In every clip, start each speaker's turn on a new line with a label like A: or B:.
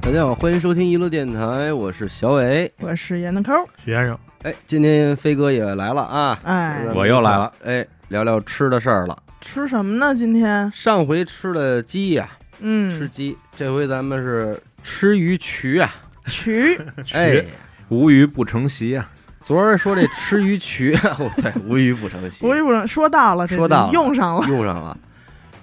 A: 大家好，欢迎收听一路电台，我是小伟。
B: 我是闫德抠，
C: 许先生，
A: 哎，今天飞哥也来了啊，
B: 哎，
A: 咱们
D: 我又来了，
A: 哎，聊聊吃的事儿了。
B: 吃什么呢？今天，
A: 上回吃了鸡呀、
B: 嗯，
A: 吃鸡，这回咱们是吃鱼渠啊。
B: 嗯渠，
A: 哎，
D: 无鱼不成席啊！
A: 昨儿说这吃鱼渠， 哦，对，无鱼不成席，
B: 我也不能说到了，这
A: 说到了
B: 用上了，
A: 用上了。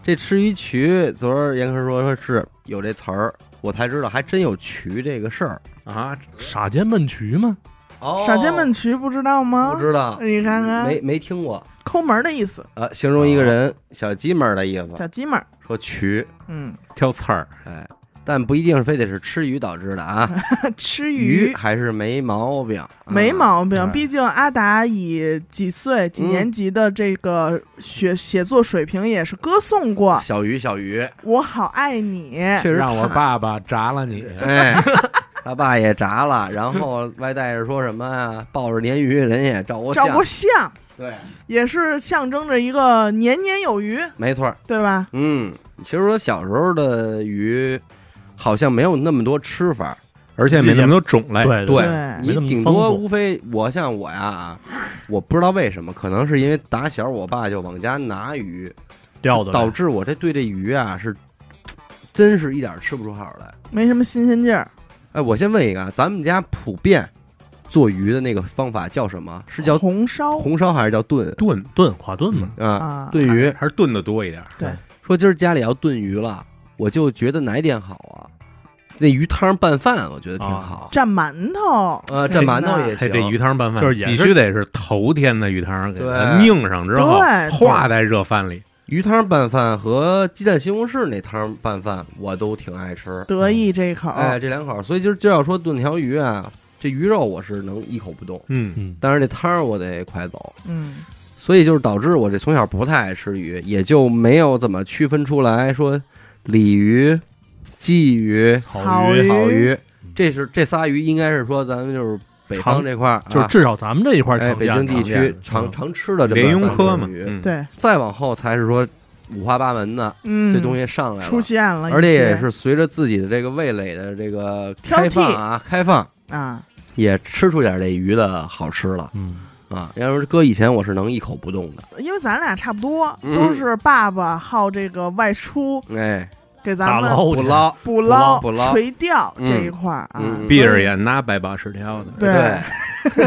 A: 这吃鱼渠，昨儿严科说说是有这词儿，我才知道还真有渠这个事儿。
D: 啊，
C: 傻尖闷渠吗？
A: 哦
B: 傻尖闷渠不知道吗
A: 不？知道，
B: 你看看，
A: 没没听过。
B: 抠门的意思，
A: 呃，形容一个
B: 哦
A: 人小鸡们儿的意思，
B: 小鸡们儿，
A: 说渠，
B: 嗯，
D: 挑刺儿，
A: 哎，但不一定是非得是吃鱼导致的啊，
B: 吃
A: 鱼
B: 鱼
A: 还是没毛病，啊
B: 没毛病
D: 哎，
B: 毕竟阿达以几岁、几
A: 嗯
B: 年级的这个学写作水平也是歌颂过
A: 啊小鱼小鱼，
B: “我好爱你
A: 确实
D: 让我
A: 看，
D: 爸爸炸了你。
A: 哎，他爸也炸了，然后外带着说什么啊，抱着鲶鱼，人也照”，过
B: 照
A: 相
B: 过，相，
A: 对，
B: 也是象征着一个年年有余，
A: 没错儿，
B: 对吧？
A: 嗯，其实我小时候的鱼好像没有那么多吃法，
D: 而且没那么多种类，
C: 对
A: 对
B: 对
C: 没那
A: 你
C: 么
A: 顶
C: 丰
A: 多
C: 富
A: 无非我像我呀，啊我不知道为什么，可能是因为打小我爸就往家拿鱼，
C: 钓的呗
A: 导致我这对这鱼啊是，真是一点吃不出好来。
B: 没什么新鲜劲儿，
A: 哎，我先问一个啊，咱们家普遍做鱼的那个方法叫什么？是叫
B: 红烧
A: 呃红烧还是叫炖
D: 炖
C: 炖垮炖嘛，
A: 啊？
B: 啊，
A: 炖鱼。
D: 还是炖的多一点。
A: 说今儿家里要炖鱼了，我就觉得哪一点好啊？那鱼汤拌饭，我觉得挺好。
B: 蘸馒头，
A: 呃，蘸馒头也
D: 还
A: 行。
D: 这哎鱼汤拌饭，
C: 就是也
D: 必
C: 是
D: 须得是头天的鱼汤给它
A: 对
D: 拧上之后
B: 对，
D: 化在热饭里。
A: 鱼汤拌饭和鸡蛋西红柿那汤拌饭，我都挺爱吃。
B: 得意这一口，
A: 哎，这两口儿，所以今儿就要说炖条鱼啊，这鱼肉我是能一口不动，
D: 嗯，
C: 嗯，
A: 但是这汤儿我得快走。
B: 嗯，
A: 所以就是导致我这从小不太爱吃鱼，也就没有怎么区分出来说鲤鱼、鲫鱼、
C: 草
B: 草鱼
A: 草鱼，这是这仨鱼应该是说咱们就是北方
C: 常
A: 这块儿啊，
C: 就是至少咱们这一块儿
A: 哎
C: 常
A: 北京
C: 见
A: 地
C: 常
A: 区
C: 见
A: 常
C: 嗯
A: 常吃的这么
D: 连
A: 三
D: 庸科
A: 种
D: 嘛，
A: 鱼，
D: 嗯，
B: 对，
A: 再往后才是说五花八门的
B: 嗯，
A: 这东西上来
B: 出
A: 了。
B: 现了一些，
A: 而且也是随着自己的这个味蕾的这个开
B: 挑
A: 放
B: 剔
A: 啊，开放，
B: 啊，
A: 也吃出点这鱼的好吃了
C: 嗯，
A: 啊！要是搁以前，我是能一口不动的。
B: 因为咱俩差不多，
A: 嗯
B: 都是爸爸好这个外出，
A: 哎，
B: 给咱
C: 大
B: 们
C: 捞
A: 不
C: 去，
A: 捞，
B: 捕
A: 不捞
B: 垂钓
A: 嗯
B: 这一块儿啊
A: 嗯，
D: 闭着眼拿百宝石条的，
B: 对，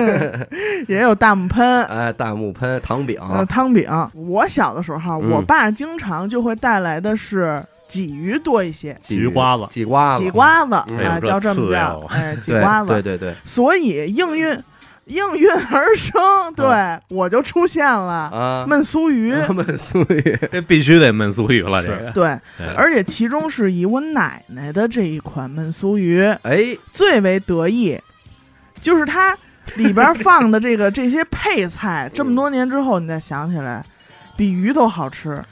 B: 也有大木喷。
A: 哎，大木喷糖饼，
B: 呃，汤饼。我小的时候，
A: 嗯
B: 我爸经常就会带来的是鲫鱼多一些，
A: 鲫
C: 菊瓜子
A: 鲫瓜子，
B: 鲫瓜子
A: 嗯
B: 啊，
D: 哎呦这
B: 叫这么
D: 刺
B: 叫
D: 呀，
B: 哎，鲫
A: 对
B: 瓜子
A: 对，对对
B: 所以应运应运而生，对、我就出现了
A: 啊，
B: 焖酥鱼。
A: 焖酥鱼，
D: 这必须得焖酥鱼了。
C: 是呃
D: 这个
B: 对，
D: 对
B: 而且其中是以我奶奶的这一款焖酥鱼
A: 哎，
B: 最为得意，就是它里边放的这个这些配菜，这么多年之后你再想起来，比鱼都好吃。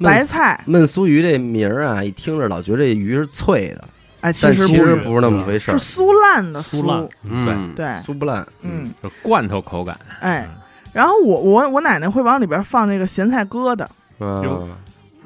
B: 白
A: 焖
B: 菜，
A: 焖酥鱼这名儿啊，一听着老觉得这鱼是脆的，
B: 哎，
A: 但
B: 实
A: 其
B: 不
A: 实
B: 是，
A: 不是那么回事
B: 是
A: 儿，
B: 酥烂的
C: 酥烂，
A: 嗯，
B: 对
A: 酥不烂，
B: 嗯，
D: 就罐头口感，
B: 哎。然后我我我奶奶会往里边放这个咸菜疙瘩，
A: 嗯，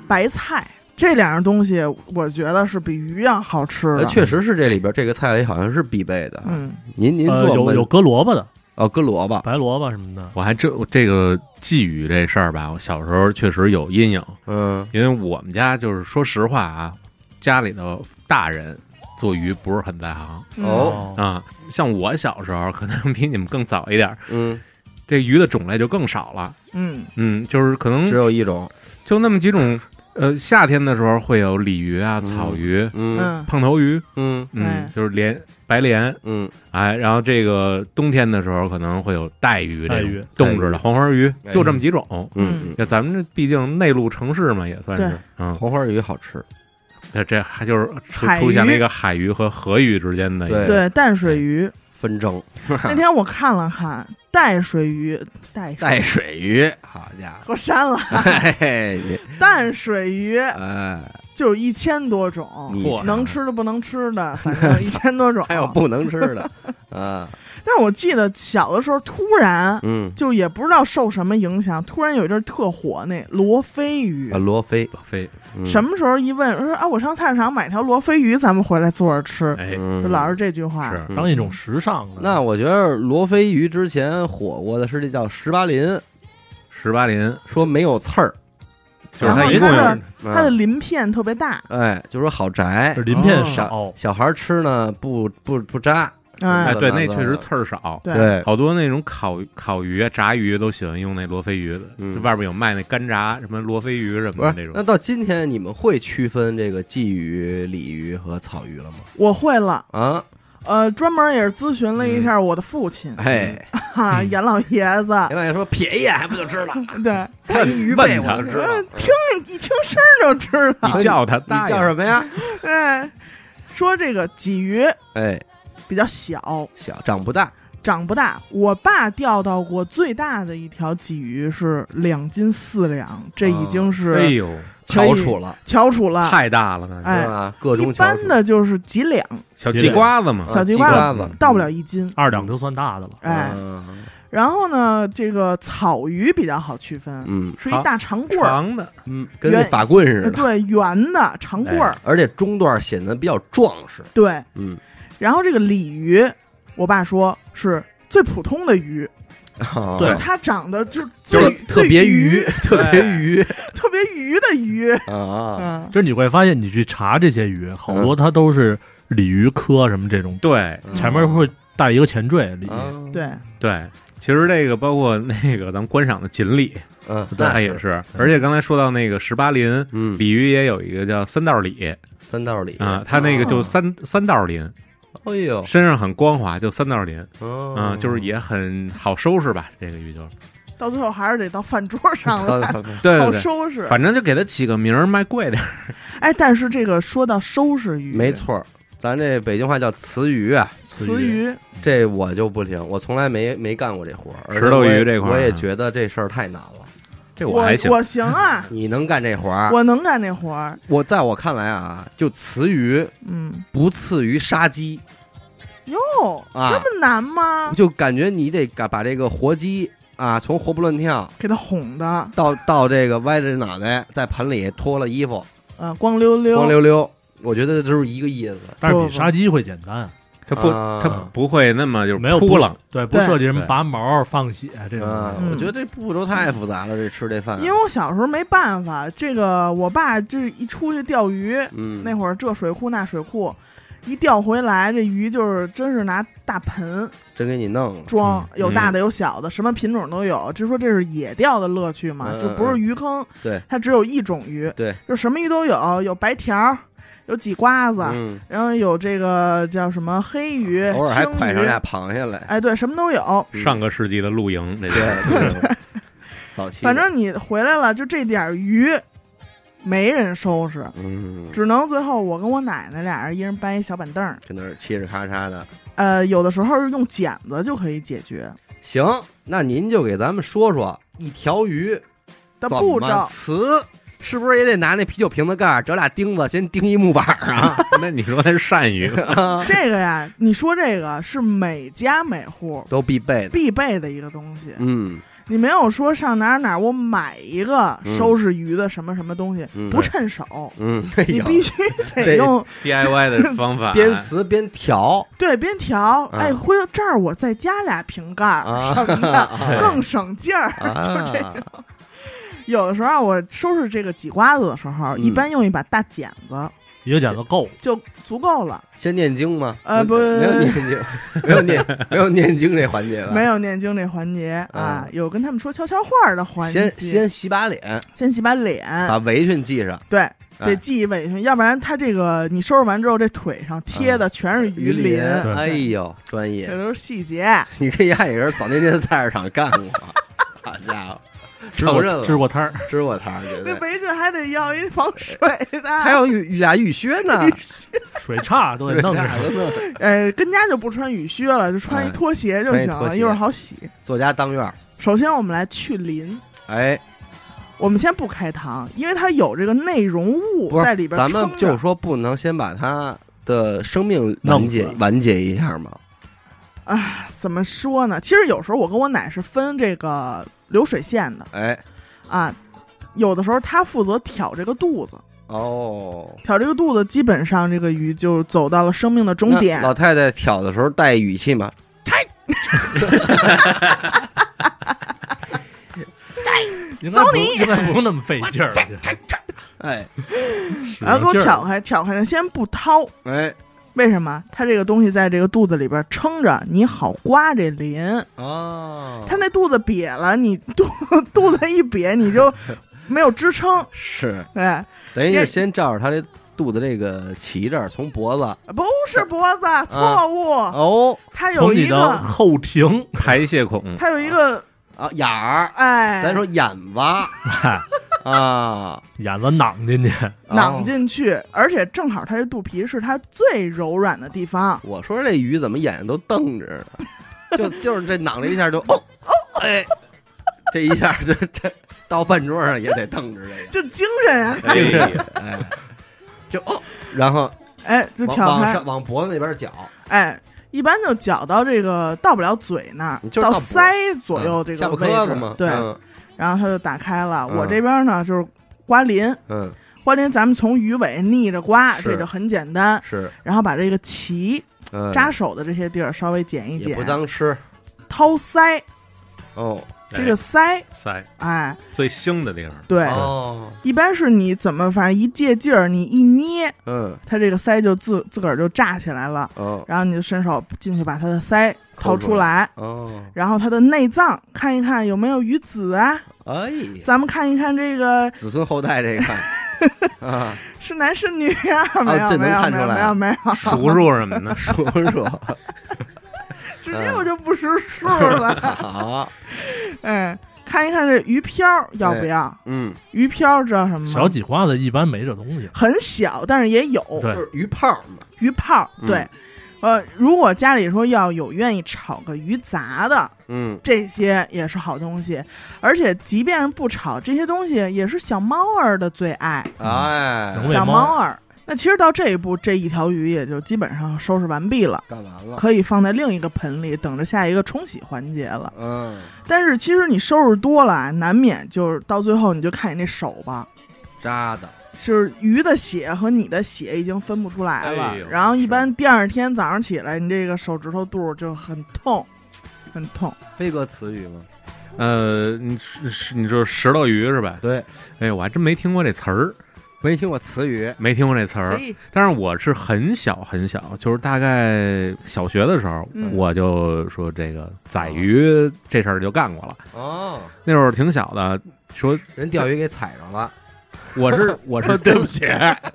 B: 白菜这两样东西，我觉得是比鱼要好吃
A: 呃
B: 的。
A: 确实是这里边这个菜里好像是必备的。
B: 嗯，
A: 您您
C: 呃
A: 做
C: 有有
A: 焖
C: 割萝卜的，
A: 哦，搁萝卜，
C: 白萝卜什么的，
D: 我还这这个鲫鱼这事儿吧，我小时候确实有阴影，
A: 嗯
D: 因为我们家就是说实话啊，家里的大人做鱼不是很在行
B: 嗯
A: 哦
D: 啊。像我小时候，可能比你们更早一点儿，
A: 嗯，
D: 这鱼的种类就更少了。
B: 嗯，
D: 嗯，就是可
A: 只
D: 能
A: 有一种，
D: 就那么几种。呃，夏天的时候会有鲤鱼啊、
A: 嗯
D: 草鱼、
A: 嗯
B: 嗯，
D: 胖头鱼，
A: 嗯
D: 嗯
B: 哎，
D: 就是莲白莲，
A: 嗯，
D: 哎，然后这个冬天的时候可能会有带鱼这
C: 带
D: 种
C: 鱼
D: 冻着
A: 带鱼
D: 的黄花鱼
A: 哎，
D: 就这么几种。
A: 嗯，
D: 那咱们这毕竟内陆城市嘛，也算
B: 对
D: 是，嗯，
A: 黄花鱼好吃，
D: 这这还就是出
B: 海鱼
D: 出现了一个海鱼和河鱼之间的一
A: 对
D: 个
B: 对，淡水鱼。
A: 纷争，
B: 那天我看了看淡水鱼，淡
A: 带水鱼，好家伙，
B: 给我删了。
A: 嘿嘿，你
B: 淡水鱼
A: 哎，
B: 就有一千多种，
A: 你哎
D: 嚯
B: 能吃的不能吃的，反正有一千多种。
A: 还有不能吃的，啊，
B: 但我记得小的时候，突然
A: 嗯，
B: 就也不知道受什么影响，突然有一阵儿特火那罗非鱼
A: 啊，。罗非，
D: 罗非，
A: 嗯
B: 什？么时候一问说啊，我上菜市场买条罗非鱼，咱们回来做着吃，
D: 哎，
A: 嗯
B: 就老是这句话。
D: 是
C: 当一种时尚的。
A: 那我觉得罗非鱼之前火过的是这叫十八鳞，
D: 十八鳞，
A: 说没有刺儿，
D: 就是它一
B: 然后
D: 啊共有
B: 它的它的鳞片特别大，
A: 哎，就说好宅
C: 这，鳞片
A: 小
C: 少，
A: 小孩吃呢不不不扎，
B: 哎
D: 哎，，对，
A: 那
D: 那
A: 个
D: 确实刺儿少。
B: 对
A: 对，
D: 好多那种烤烤鱼啊、炸鱼都喜欢用那罗非鱼，
A: 嗯
D: 就外边有卖那干炸什么罗非鱼什
A: 不
D: 么的那
A: 是。那
D: 种。
A: 到今天你们会区分这个鲫鱼、鲤鱼和草鱼了吗？
B: 我会了。
A: 啊，
B: 呃，专门也是咨询了一下我的父亲，
A: 哎，
B: 哈、严老爷子，
A: 前两天说瞥一眼不就知道，
B: 对，
A: 看鱼
D: 问
A: 背我
D: 他
A: 就知道。
B: 嗯听一听声儿就知道。
D: 你叫它，
A: 你叫什么呀？
B: 对，说这个鲫鱼
A: 哎，
B: 比较小，
A: 小长不大，
B: 长不大。我爸钓到过最大的一条鲫鱼是两斤四两，这已经
D: 哎
B: 是
D: 呦，
B: 可以
A: 翘楚了，
B: 翘楚了。
D: 太大了，那是
B: 哎
A: 是吧？各种
B: 一
A: 翘
B: 般
A: 楚，
B: 的就是几两，
D: 小鸡瓜子嘛
A: 啊，
B: 小
A: 鸡
B: 鸡
A: 瓜
B: 瓜
A: 子
B: 到不了，一斤。
C: 二两就算大的了。
B: 哎，
A: 嗯
B: 然后呢，这个草鱼比较好区分，
A: 嗯
B: 是
D: 好
B: 一大长棍儿，
D: 长的，
A: 嗯，跟那
B: 圆
A: 法棍似
B: 呃
A: 的，哎
B: 对，圆的长棍儿，
A: 而且中段显得比较壮实，
B: 对。
A: 嗯，
B: 然后这个鲤鱼，我爸说是最普通的鱼，
A: 啊
C: 对
B: 它长得就
A: 就
B: 最
A: 是特
B: 最
A: 别
B: 鱼
A: 鱼，，特别鱼
B: 特别鱼的鱼，
A: 啊，
B: 嗯，
C: 就是你会发现，你去查这些鱼，好
D: 嗯
C: 多它都是鲤鱼科什么这种，
D: 对
A: 嗯
C: 前面会带一个前缀鲤
A: 啊
D: 嗯
C: 鱼。，
B: 对，
D: 对。其实这个包括那个咱们观赏的锦鲤，
A: 嗯，
D: 它
A: 那
D: 也，是。而且刚才说到那个十八鳞，
A: 嗯，
D: 鲤鱼也有一个叫三道鲤
A: 三道里
D: 啊，它那个就
B: 哦
D: 三三道鳞，
A: 哎呦，
D: 身上很光滑，就三道鳞
A: 啊
D: 啊，就是也很好收拾吧，这个鱼就是。
B: 到最后还是得到饭桌上来，
A: 对
D: 对
B: 好
D: 对对，
B: 收拾。啊
D: 反正就给它起个名儿，卖贵点儿。
B: 哎，但是这个说到收拾鱼，
A: 没，错儿，咱这北京话叫词鱼啊，
B: 雌鱼
A: 这我就不行，我从来没没干过这活儿。而且
D: 石头
A: 我也
D: 鱼这块儿
A: 我也
D: 啊
A: 觉得这事儿太难了。，
D: 这
B: 我
D: 还行，
B: 我行啊
A: 你能干这活儿，我
B: 我能干这活儿，
A: 在我看来啊，就雌鱼
B: 嗯，
A: 不次于杀鸡，
B: 哟，
A: 啊嗯
B: 这么难吗？
A: 就感觉你得把把这个活鸡啊，从活蹦乱跳
B: 给它哄的，
A: 到 到这个歪着脑袋在盆里脱了衣服，
B: 嗯，光溜溜，
A: 光溜溜，我觉得这都是一个意思。
C: 但是
B: 不
C: 比
B: 不
C: 杀鸡会简单，
D: 它不
A: 啊
D: 它不会那么就是
C: 没有
D: 扑
C: 不
D: 棱，，
C: 对，不
B: 对
C: 涉及什么
D: 对
C: 拔毛、放血这种
A: 啊
C: 东，西。
B: 嗯
A: 我觉得这步骤太复杂了，这吃这饭，啊
B: 因为我小时候没办法，这个我爸就是一出去钓鱼，
A: 嗯，
B: 那会儿这水库那水库，一钓回来这鱼就是真是拿大盆
A: 真给你弄了，
B: 装，
D: 嗯
B: 有大的有小的，什么品种都有。就说这是野钓的乐趣嘛，
A: 嗯
B: 就不是鱼坑，
A: 对，
B: 它只有一种鱼，
A: 对，
B: 就什么鱼都有，有白条儿，有几瓜子，
A: 嗯，
B: 然后有这个叫什么黑鱼、
A: 偶尔还
B: 青
A: 蒯上俩
B: 鱼，
A: 螃蟹来，
B: 哎，对，什么都有。
A: 嗯
D: 上个世纪的露营那种。
A: 对，对早期的，
B: 反正你回来了，就这点儿鱼，没人收拾，
A: 嗯，
B: 只能最后我跟我奶奶俩人一人搬一小板凳儿，
A: 跟那儿嘁哧咔嚓的。
B: 呃，有的时候用剪子就可以解决。
A: 行，那您就给咱们说说一条鱼
B: 的
A: 怎
B: 步
A: 么
B: 骤，
A: 词，是不是也得拿那啤酒瓶子盖儿折俩钉子，先钉一木板儿 啊？
D: 那你说那是鳝鱼，
B: 这个呀，你说这个是每家每户
A: 都必备的。
B: 必备的一个东西。
A: 嗯，
B: 你没有说上哪儿哪儿我买一个收拾鱼的什么什么东西，
A: 嗯
B: 不 趁手，
A: 嗯，哎
B: 你
A: 呦
B: 必须
A: 对
B: 得用
D: DIY 的方法，
A: 边词边调
B: 对边调。
A: 嗯
B: 哎，回头这儿我再加俩瓶盖儿
A: 啊
B: 什么
A: 啊
B: 的，更省劲儿。
A: 啊，
B: 就这种。有的时候啊我收拾这个几瓜子的时候，
A: 嗯
B: 一般用一把大剪子
C: 一个剪子够，
B: 就足够了，
A: 先念经吗？
B: 呃不
A: 没有念 经，没有念，没有念经这环节吧？
B: 没有念经这环节啊
A: 嗯，
B: 有跟他们说悄悄话儿的环节啊
A: 先。先洗把脸，
B: 先洗把脸，
A: 把围裙系上，
B: 对，
A: 哎
B: 得系围裙，要不然它这个你收拾完之后，这腿上贴的全是
A: 嗯鱼
B: 鳞，
C: 对
A: 哎呦，专业
B: 这，都是细节。
A: 你跟丫也是早年间菜市场干过，好家伙，
C: 支过
A: 承认了
C: 支过摊儿，
A: 知我堂绝对。
B: 那围裙还得要一防水的，
A: 还有啊雨俩雨靴呢，
C: 水叉都得弄
A: 这
C: 上
A: 孩。子弄
B: 呃，跟家就不穿雨靴了，就穿
A: 哎
B: 一拖鞋就行
A: 穿一拖
B: 了，
A: 鞋
B: 一会儿好洗。
A: 作家当院儿，
B: 首先，我们来去鳞。
A: 哎，
B: 我们先不开膛，因为它有这个内容
A: 不
B: 物
A: 是
B: 在里边
A: 咱
B: 撑着。
A: 们就说不能先把他的生命完结
C: 弄死
A: 完结一下吗？
B: 啊，怎么说呢？其实有时候我跟我奶是分这个流水线的
A: 哎，
B: 啊，有的时候她负责挑这个肚子，
A: 哦，
B: 挑这个肚子，基本上这个鱼就走到了生命的终点
A: 那。老太太挑的时候带语气吗？
C: 应该不应该不用那么费劲儿，
A: 哎
B: 然后哎给我挑开，挑开呢，先不掏，
A: 哎
B: 为什么？它这个东西在这个肚子里边撑着，你好刮这鳞。
A: 哦，
B: 它那肚子瘪了，你肚肚子一瘪，你就没有支撑。哎
A: 是
B: 对，
A: 等于
B: 因
A: 是
B: 为
A: 先照着她这肚子这个鳍这儿，从脖子
B: 不是脖子，
A: 啊
B: 错误。
A: 哦
B: 它有
C: 从你
B: 一
C: 的
B: 个，
C: 后庭，
D: 排泄孔，
B: 它有一个，
A: 啊眼儿，
B: 哎，
A: 咱说眼 巴
C: 嗨，
A: 啊，
C: 眼子囊进去，
B: 囊
A: 哦。
B: 进去，而且正好它这肚皮是它最柔软的地方。
A: 我说这鱼怎么眼睛都瞪着呢？就就是这囊了一下就哦哦哎，这一下就这到饭桌上也得瞪着这个。
B: 就精 神啊！
A: 精神，哎，就哦，然后
B: 哎，就
A: 往
B: 挑
A: 往
B: 开
A: 上，往脖子那边绞，
B: 哎，一般就搅到这个到不了嘴那儿，
A: 就是到脖
B: 腮左右
A: 嗯
B: 这
A: 下
B: 个
A: 巴
B: 位
A: 磕
B: 置
A: 子嘛，
B: 对，
A: 嗯
B: 然后它就打开了。
A: 嗯
B: 我这边呢就是刮鳞，
A: 嗯
B: 刮鳞咱们从鱼尾逆着刮，
A: 是
B: 这就很简单。
A: 是
B: 然后把这个鳍
A: 嗯
B: 扎手的这些地儿稍微剪一
A: 也
B: 剪
A: 不，当吃
B: 掏腮，
A: 哦
B: 这个腮，
D: 塞
B: 哎，
D: 最腥的地方，
B: 对，
A: 哦
B: 一般是你怎么，反正一借劲儿，你一捏，
C: 哦
A: 嗯
B: 它这个腮就自自个儿就炸起来了。
A: 哦
B: 然后你就伸手进去把它的腮掏
A: 抠出
B: 出来，
A: 哦，
B: 然后它的内脏看一看有没有鱼籽啊，
A: 哎，
B: 咱们看一看这个
A: 子孙后代这个 啊，
B: 是男是女啊？没有、
A: 哦这能
B: 没有
A: 看
B: 没
A: 出
B: 有
A: 来，
B: 没有没有，
D: 熟肉什么的
A: 叔叔
B: 直接我就不识数 了。
A: 嗯好，
B: 哎，看一看这鱼漂儿要不要？
A: 嗯，
B: 鱼漂儿知道什么吗？
C: 小几花子一般没这东西，
B: 很小，但是也有
A: 就
C: 对
A: 是鱼泡嘛，
B: 鱼泡儿。
A: 嗯
B: 对，呃，如果家里说要有愿意炒个鱼杂的，
A: 嗯
B: 这些也是好东西。而且即便不炒这些东西，也是小猫儿的最爱。
A: 哎，
C: 嗯能喂
B: 小
C: 猫
B: 猫儿。那其实到这一步，这一条鱼也就基本上收拾完毕了，
A: 干完了，
B: 可以放在另一个盆里，等着下一个冲洗环节了。
A: 嗯，
B: 但是其实你收拾多了啊，难免就是到最后你就看你那手吧，
A: 扎的，
B: 就是鱼的血和你的血已经分不出来了。
D: 哎呦
B: 然后一般第二天早上起来，你这个手指头肚儿就很痛，很痛。
A: 飞哥词语吗？
D: 呃，你是是你说石头鱼是吧？
A: 对，
D: 哎呦，我还真没听过这词儿，
A: 没听过词语，
D: 没听过这词儿。
A: 嘿
D: 但是我是很小很小，就是大概小学的时候，
B: 嗯
D: 我就说这个
A: 啊
D: 宰鱼这事儿就干过了。
A: 哦，
D: 那会儿挺小的，说
A: 人钓鱼给踩着了
D: 我是我是对不起，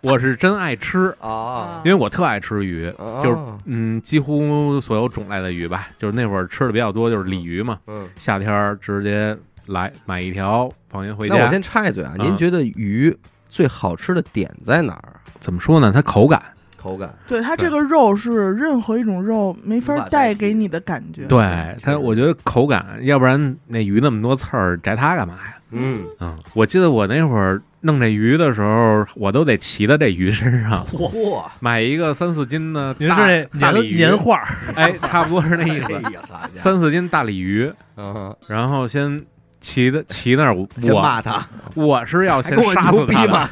D: 我是真爱吃，
A: 啊
D: 因为我特爱吃鱼，
A: 哦
D: 就是嗯，几乎所有种类的鱼吧，就是那会儿吃的比较多，就是鲤鱼嘛，
A: 嗯，
D: 夏天儿直接来买一条放您回
A: 那我
D: 家。
A: 先插一嘴啊，您
D: 嗯
A: 觉得鱼最好吃的点在哪儿啊？
D: 怎么说呢？它口感
A: 口感
B: 对它
D: 对
B: 这个肉是任何一种肉没
A: 无
B: 法
A: 法代替
B: 给你的感觉。
D: 对
A: 是
D: 它，我觉得口感，要不然那鱼那么多刺儿，摘它干嘛呀？
A: 嗯，
D: 嗯，我记得我那会儿弄这鱼的时候，我都得骑在这鱼身上，
A: 嚯，
D: 买一个三四斤的
C: 您
D: 大
C: 是那
D: 大鲤
C: 年
D: 鱼，
C: 年画儿，
D: 哎，差不多是那 意
A: 哎
D: 思，
A: 思
D: 三四斤大鲤鱼，
A: 嗯，
D: 然后先骑的骑那儿，我
A: 先骂他，
D: 我是要
A: 还
D: 先
A: 跟我
D: 杀
A: 牛
D: 死
A: 逼
D: 它的，
A: 吗？ 啊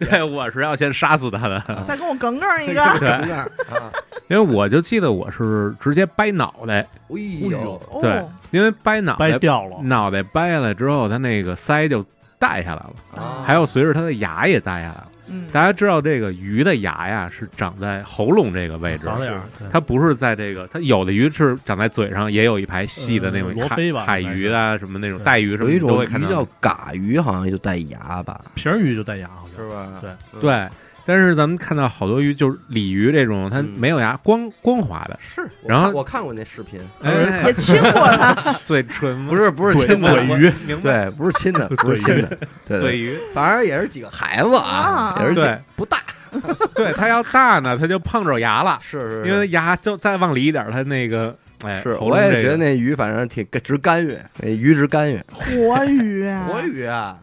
D: 对，我是要先杀死它的，
B: 再跟我梗梗 一个，
A: 对，啊
D: 因为我就记得我是直接掰脑袋，
A: 哎呦
C: 呦，
D: 对
B: 哦，
D: 因为掰脑
C: 掰
D: 袋，
C: 掉了，
D: 脑袋掰下来之后，它那个鳃就带下来了，
A: 啊
D: 还有随着它的牙也带下来了。
B: 嗯，
D: 大家知道这个鱼的牙呀是长在喉咙这个位置，
C: 长点儿，对
D: 它不是在这个，它有的鱼是长在嘴上，也有一排细的那种
C: 呃罗
D: 海
C: 非吧
D: 海
C: 应该是
D: 鱼啊，什么那种
C: 对
D: 带鱼什
A: 有
D: 么，
A: 一
D: 你都
A: 种
D: 会看
A: 鱼
D: 到
A: 叫嘎鱼，好像就带牙吧，嗯
C: 皮儿鱼就带牙，好像
A: 吧
C: 对
D: 对。但是咱们看到好多鱼，就是鲤鱼这种，它
A: 嗯
D: 没有牙，光光滑的，
A: 是。我
D: 然后
A: 看我看过那视频，
D: 哎
B: 也亲过它。
D: 嘴唇
A: 不是不是
C: 怼
A: 亲的，
C: 怼鱼，
D: 明白？
A: 对，不是亲 的，不是亲的，对
D: 怼
A: 对，
D: 鱼，
A: 反正也是几个孩子啊，
B: 啊
A: 也是几
D: 对
A: 不大，
D: 对它要大呢，它就碰着牙了，
A: 是是，
D: 因为牙就再往里一点儿，它那个哎，
A: 是，
D: 喉
A: 我
D: 咙
A: 也
D: 这
A: 觉
D: 个
A: 得那鱼反正挺直甘愿，那鱼直甘愿。
B: 活鱼啊，
A: 国，语啊，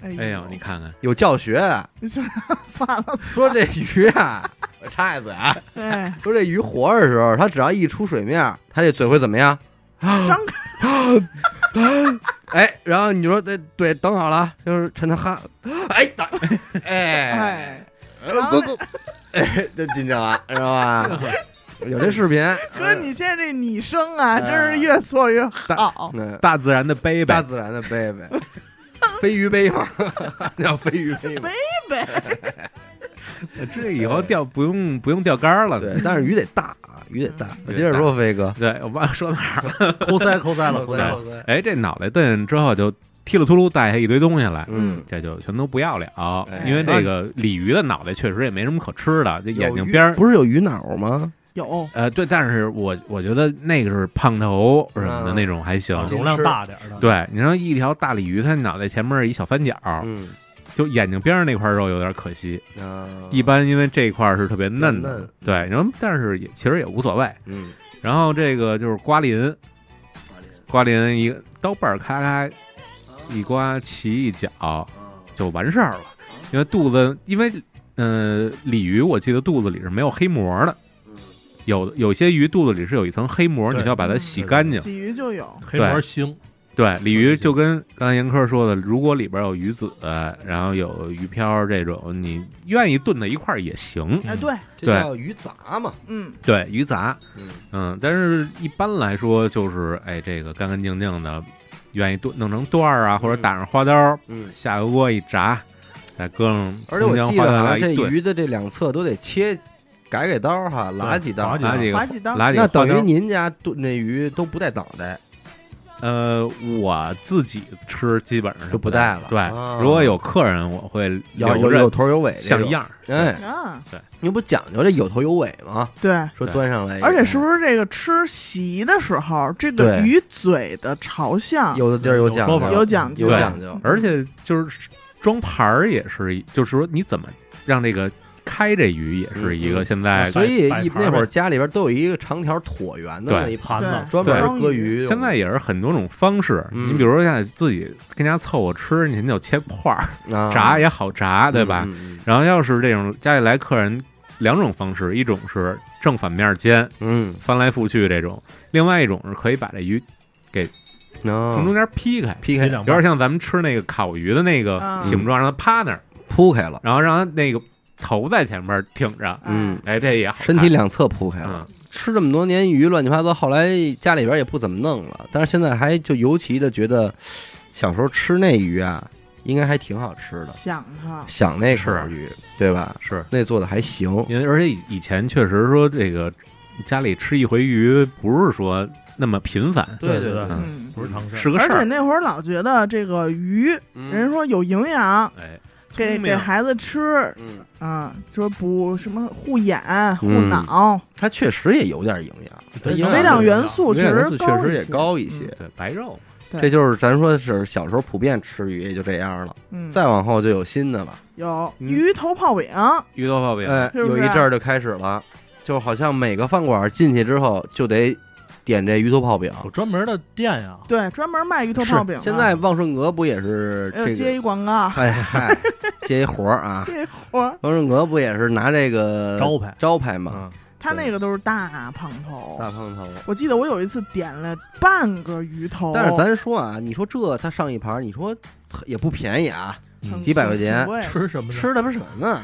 B: 哎
D: 哎呦，你看看，
A: 有教学啊，
B: 看，算了，
A: 说这鱼啊，叉子啊，
B: 哎，
A: 说这鱼活着的时候，它只要一出水面，它这嘴会怎么样？
B: 张
A: 哎，然后你说对对，等好了，啊就是趁它哈，哎打，哎，
B: 开，
A: 哎咕咕， 哎，就进去了，知道吧？有这视频，
B: 可是你现在这拟声啊，
A: 哎
B: 真是越做越好。
A: 嗯
D: 大自然的杯
A: 大
D: 呗，
A: 自然的贝贝， 飞鱼杯嘛， 叫飞鱼杯 嘛。
B: 对，
D: 这以后钓不用不用钓竿了。
A: 对，但是鱼得大啊，鱼得大。我
D: 嗯
A: 接着说，飞哥，
D: 对，我忘了说哪儿了。
C: 抠腮抠腮了，
A: 扣
C: 抠
A: 腮
C: 腮
A: 扣
C: 了。
A: 腮
D: 哎，这脑袋顿之后就踢了秃噜带下一堆东西来，
A: 嗯，
D: 这就全都不要了
A: 哎，
D: 因为这个鲤鱼的脑袋确实也没什么可吃的，这眼睛
A: 有鱼
D: 边儿。
A: 嗯不是有鱼脑吗？
B: 有
D: 呃，对，但是我我觉得那个是胖头什么的
A: 嗯
D: 那种还行
A: 嗯。
C: 容量大点儿的，，
D: 对，你说一条大鲤鱼，它脑袋前面一小三角，
A: 嗯，
D: 就眼睛边上那块肉有点可惜。
A: 啊
D: 一，般因为这一块儿是特别嫩
A: 比较
D: 的
A: 嫩，
D: 对，然后但是也其实也无所谓。
A: 嗯，
D: 然后这个就是瓜鳞，瓜鳞一个刀背儿咔咔一刮，齐一绞就完事儿了。因为肚子，因为呃，鲤鱼我记得肚子里是没有黑膜的，有有些鱼肚子里是有一层黑膜，
C: 对
D: 你需要把它洗干净。
B: 鲫鱼就有，
C: 黑膜腥，
D: 嗯对，鲤鱼就跟刚才严科说的，如果里边有鱼籽，然后有鱼漂这种，你愿意炖在一块儿也
C: 嗯
D: 行。
B: 哎，对，
A: 这
D: 对
A: 叫鱼杂嘛，
B: 嗯，
D: 对，鱼杂，
A: 嗯
D: 嗯，但是一般来说就是，哎，这个干干净净的，愿意炖弄成段儿啊，或者打上花刀，
A: 嗯。
D: 下油锅一炸，再搁上
A: 而且我
D: 葱姜
A: 记
D: 花
A: 得
D: 椒
A: 好
D: 来
A: 像
D: 一
A: 这
D: 炖，
A: 鱼的这两侧都得切，改改刀哈，拉几刀
C: 拉。
D: 拿几
B: 划
D: 个，
B: 几刀，
D: 拿几个
A: 那等
D: 花
A: 于
D: 椒
A: 您家炖那鱼都不带脑袋，
D: 呃，我自己吃基本上
A: 就不带了
D: 对，
A: 啊
D: 如果有客人，我会
A: 要
D: 留
A: 有
D: 着
A: 有头有尾，
D: 像。样儿。
A: 哎，
B: 啊，
A: 你不讲究这有头有尾吗？
B: 对。
A: 说
D: 对
A: 端上来一个，
B: 而且是不是这个吃席的时候，这个
A: 对
B: 鱼嘴的朝向
A: 有的地儿有
C: 有
A: 讲
C: 说
A: 究，
C: 法
B: 有讲究
A: 啊有
D: 对
A: 讲究。
D: 而且就是装盘儿也是一，就是说你怎么让这个开这鱼也是一
A: 嗯
D: 个现在
C: 嗯
A: 所以
C: 摆
A: 一
C: 盘
A: 那
C: 儿
A: 会儿
C: 呗
A: 家里边都有一个长条椭圆的
D: 对
A: 那一盘
C: 嗯盘
B: 对
C: 子
A: 专门
D: 对
A: 是搁鱼用的。
D: 现在也是很多种方式，
A: 嗯
D: 你比如说像自己跟家凑合吃，您就切块儿
A: 啊
D: 炸也好炸，对吧？？
A: 嗯
D: 然后要是这种家里来客人，两种方式，一种是正反面煎，
A: 嗯，
D: 翻来覆去这种；另外一种是可以把这鱼从中
A: 能
D: 间劈开，
A: 嗯哦劈
C: 有
A: 开
C: 两
D: 有点
C: 瓣
D: 像咱们吃那个烤鱼的那个
B: 嗯
D: 形状，让它趴那儿，
A: 铺开了，
D: 然后让它那个头在前面挺着，
A: 嗯，
D: 哎，这也好看
A: 身体两侧铺开了
D: 嗯。，
A: 吃这么多年鱼乱七八糟，后来家里边也不怎么弄了，但是现在还就尤其的觉得小时候吃那鱼啊，应该还挺好吃的。
B: 想它，
A: 想那口
D: 是
A: 鱼，对吧？
D: 是
A: 那做的还行，
D: 因为而且以以前确实说这个家里吃一回鱼不是说那么频繁，
A: 对
C: 对
A: 对
C: 对
A: 嗯
B: 嗯，
C: 不是常
D: 是
C: 事。
D: 个
B: 而
D: 事
B: 且
D: 儿。
B: 那会儿老觉得这个鱼，
D: 嗯
A: 嗯
B: 人说有营养，
D: 哎，
B: 给
D: 聪
B: 给
D: 明
B: 孩子吃，
A: 嗯，
B: 啊，说补什么护眼、护
A: 嗯
B: 脑，
A: 它确实也有点营养，
C: 对
A: 营
C: 嗯
A: 养
B: 微量元素
A: 营
B: 确
A: 养元
B: 实
A: 素确
B: 高
A: 实
B: 一
A: 也
B: 些嗯
A: 高一些。
D: 对白肉，
B: 对
A: 这就是咱说是小时候普遍吃鱼也就这样了，
B: 嗯，
A: 再往后就有新的了。
B: 有
D: 嗯
B: 鱼头泡饼，
D: 鱼头泡饼，
C: 啊
A: 哎，
B: 是不
A: 有
B: 是啊
A: 一阵儿就开始了，就好像每个饭馆进去之后就得点这鱼头泡饼。
C: 有哦专门的店呀，
B: 对，专门卖鱼头
A: 是
B: 泡饼的。啊
A: 现在旺顺阁不也是
B: 哎呦
A: 这
B: 接
A: 个？
B: 一广告，
A: 哎嗨，接一活儿啊！
B: 这活
A: 旺顺阁不也是拿这个
C: 招牌
A: 招牌嘛？
C: 嗯，哦
B: 他
A: 对
B: 那个都是大胖头。
A: 大胖头。
B: 我记得我有一次点了半个鱼头，
A: 但是咱说啊，你说这它上一盘儿，你说也不便宜啊，
B: 嗯很
A: 几百块
B: 挺
A: 钱
B: 贵的
C: 嗯吃什么呢？
A: 吃的不是什么呢？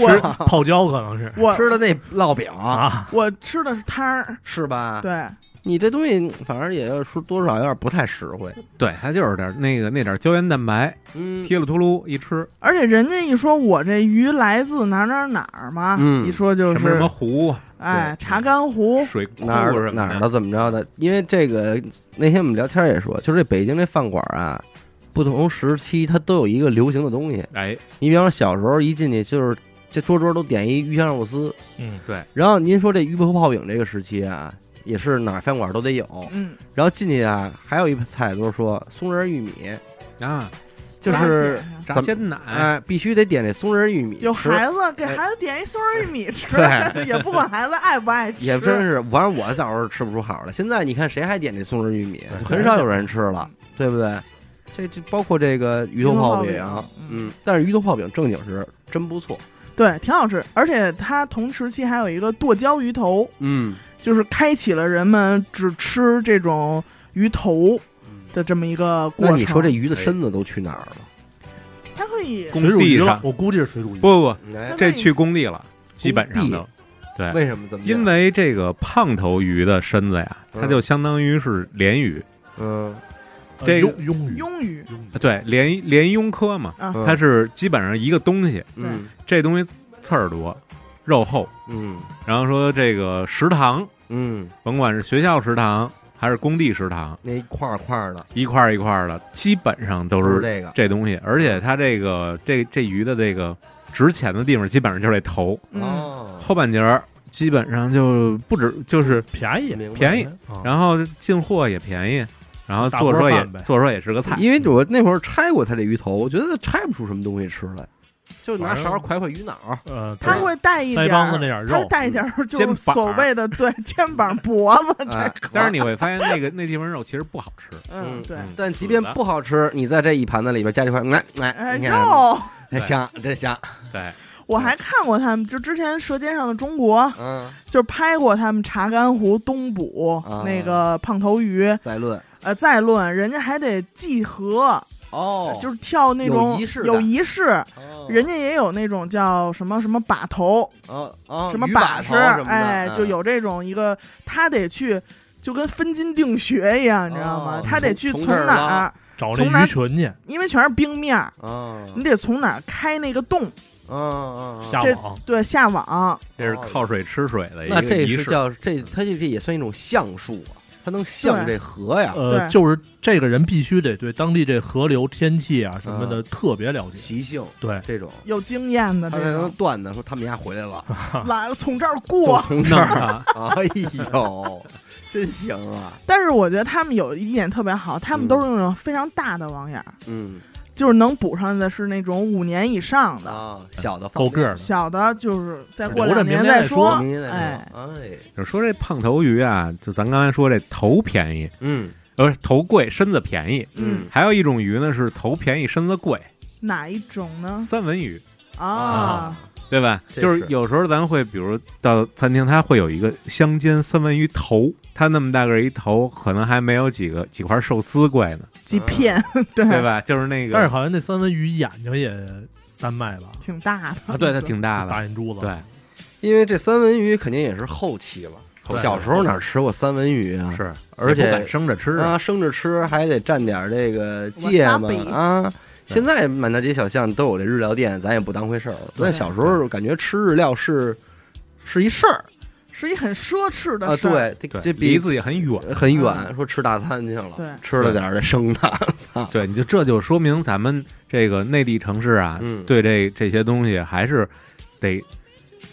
B: 我
C: 泡椒可能是
B: 我
A: 吃的那烙饼
C: 啊，
B: 我吃的是汤儿，
A: 是吧？
B: 对，
A: 你这东西反正也要说多少有点不太实惠。
D: 对，它就是点儿那个那点儿胶原蛋白，
A: 嗯
D: 贴了秃噜一吃，
B: 而且人家一说我这鱼来自哪儿哪儿哪儿嘛，
A: 嗯
B: 一说就
D: 什么什么
B: 是
D: 湖、
B: 哎
A: 对
B: 查干湖，
D: 水库
A: 哪
D: 什
A: 儿
D: 么
A: 哪儿的怎么着的？因为这个那天我们聊天也说，就是这北京这饭馆啊，不同时期它都有一个流行的东西。
D: 哎，
A: 你比方说小时候一进去就是这桌桌都点一鱼香肉丝，
C: 嗯，
A: 然后您说这鱼头泡饼这个时期啊，也是哪儿饭馆都得有。
B: 嗯，
A: 然后进去啊，还有一菜都是说松仁玉米，
D: 啊，
A: 就是咱
D: 炸
A: 们
D: 鲜奶，
A: 哎必须得点这松仁玉米吃。
B: 有孩子给
A: 哎
B: 孩子点一松仁玉米吃，
A: 对
B: 也不管孩子爱不爱吃，
A: 也真是，反正我小时候吃不出好来。现在你看谁还点这松仁玉米，
C: 对
A: 很少有人吃了，对不对？这这包括这个鱼头泡
B: 鱼头
A: 饼
B: 泡饼，嗯
A: 嗯，但是鱼头泡饼正经是真不错，
B: 对，挺好吃。而且它同时期还有一个剁椒鱼头，
A: 嗯，
B: 就是开启了人们只吃这种鱼头的这么一个过
A: 嗯那
B: 程。
A: 你说这鱼的身子都去哪儿了？
B: 它可以
D: 工
C: 水煮
D: 地
C: 鱼了
D: 上，
C: 我估计是水煮鱼。
D: 不不
A: 哎
D: 不，这去工地了，基本上都
A: 工
D: 对，
A: 为什么这么讲？
D: 因为这个胖头鱼的身子呀，它就相当于是鲢鱼，
A: 嗯，
C: 呃
D: 这个
C: 鳙鳙鱼，
B: 鳙鱼
C: 鳙鱼
D: 对，鲢鲢鳙科嘛，
B: 啊，
A: 嗯
D: 它是基本上一个东西，
A: 嗯
D: 这东西刺儿多，肉厚，
A: 嗯
D: 然后说这个食堂，
A: 嗯，
D: 甭管是学校食堂还是工地食堂，
A: 那一块儿块儿的
D: 一块儿一块儿的，基本上都
A: 都是
D: 是
A: 这个
D: 这东西，而且它这个这这鱼的这个值钱的地方，基本上就是这头
B: 嗯，
A: 哦，
D: 后半截儿，基本上就不止，就是
C: 便宜，
A: 明白
D: 便宜
C: 啊
D: 然后进货也便宜，然后
C: 大
D: 做出来
C: 锅
D: 也
C: 饭呗
D: 做出来也是个菜，
A: 因为我那会儿拆过它这鱼头，我觉得拆不出什么东西吃来，就拿勺儿蒯蒯鱼脑儿，
C: 呃，
B: 它
C: 对
B: 会带一
C: 腮
B: 点
C: 帮子
B: 儿
C: 那，点
B: 它
C: 肉，嗯
B: 带一点儿就
D: 肩
B: 是
D: 膀
B: 所谓的对肩膀脖子
A: 哎
B: 这，
D: 但是你会发现那个那地方肉其实不好吃，
B: 嗯对，
D: 嗯
A: 但即便不好吃，你在这一盘子里边加一块，来来，
B: 哎
A: 你看，
B: 肉，
A: 真香，真香，
D: 对，
B: 我还看过他们，就之前《舌尖上的中国》
A: 嗯，
B: 就是拍过他们查干湖东捕
A: 啊
B: 那个胖头鱼，
A: 再论
B: 呃，再论人家还得祭河，
A: 哦
B: 就是跳那种
A: 有仪式的嗯
B: 有仪式，
A: 是
B: 人家也有那种叫什么什么把头，
A: 哦哦，
B: 什么
A: 鱼
B: 把
A: 把
B: 式，
A: 头什么的
B: 哎，
A: 嗯
B: 就有这种一个，他得去就跟分金定穴一样，你知道吗
A: 哦？
B: 他得去
A: 从
B: 从
A: 从这儿
B: 哪儿，
C: 嗯找
B: 从哪
C: 那鱼群去
B: 因为全是冰面儿，
A: 哦，嗯
B: 你得从哪儿开那个洞，
A: 嗯嗯
C: 下
B: 这
C: 网，
B: 对，下网，
D: 这是靠水吃水的一
A: 哦那
D: 个
A: 这
D: 仪
A: 是
D: 式。
A: 叫这，它这这也算一种相术啊，它能相
B: 对
A: 这河呀，
C: 呃，
B: 对
C: 就是这个人必须得对当地这河流、天气啊什么的特别了解。
A: 习性
C: 对，
A: 这种，
B: 有经验的
A: 他
B: 这
A: 才能
B: 种，
A: 断的说他们家回来了，
B: 来了从这儿
A: 就
B: 过。
A: 从这
D: 弄
A: 儿，
D: 啊，
A: 哎呦，真行啊，
B: 但是我觉得他们有一点特别好，他们
A: 嗯
B: 都是那种非常大的网眼儿，
A: 嗯
B: 就是能补上的是那种五年以上的，
A: 啊，小的
C: 够个
A: 儿，
C: 儿的。
B: 小的就是再过
C: 留
B: 两
C: 着
B: 年
C: 明年
B: 再
C: 再说
A: 明天再
B: 哎，
A: 说，哎，
D: 就说这胖头鱼啊，就咱刚才说这头便宜，
A: 嗯
D: 呃，不是头贵，身子便宜。
A: 嗯
D: 还有一种鱼呢是头便宜，身子贵，
B: 哪一种呢？
D: 三文鱼。
B: 啊，
D: 对吧？
A: 这
D: 就是
A: 是
D: 有时候咱会，比如到餐厅，它会有一个香煎三文鱼头，它那么大个儿一头，可能还没有几个几块寿司贵呢，
B: 几片，对
D: 对吧？就是那个，
C: 但是好像那三文鱼眼睛也三麦吧，
B: 挺大的
D: 啊，对，它挺大
C: 大
D: 的，
C: 眼珠子。
D: 对，
A: 因为这三文鱼肯定也是后期了，
D: 后期
A: 小时候哪吃过三文鱼啊？
D: 是，
A: 而且
D: 也不敢生着吃啊，
A: 啊，生着吃还得蘸点儿这个芥末
B: Wasabi
A: 啊。
D: 对
A: 现在满大街小巷都有这日料店，咱也不当回事儿了。咱小时候感觉吃日料是是一事儿
B: 是一很奢侈的
A: 啊，
B: 事儿。
A: 对，这
D: 对，
A: 这
D: 离
A: 鼻子
D: 自己很远。
A: 很远，
B: 嗯
A: 说吃大餐去了，
B: 对
A: 吃了点儿这生的，操，
D: 对，你就这就说明咱们这个内地城市啊，
A: 嗯
D: 对这这些东西还是得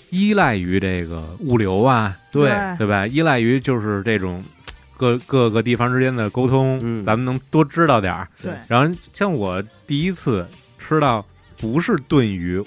D: 依赖于这个物流啊，对吧？依赖于就是这种各各个地方之间的沟通，
A: 嗯
D: 咱们能多知道点儿。
B: 对
D: 然后像我第一次吃到不是炖鱼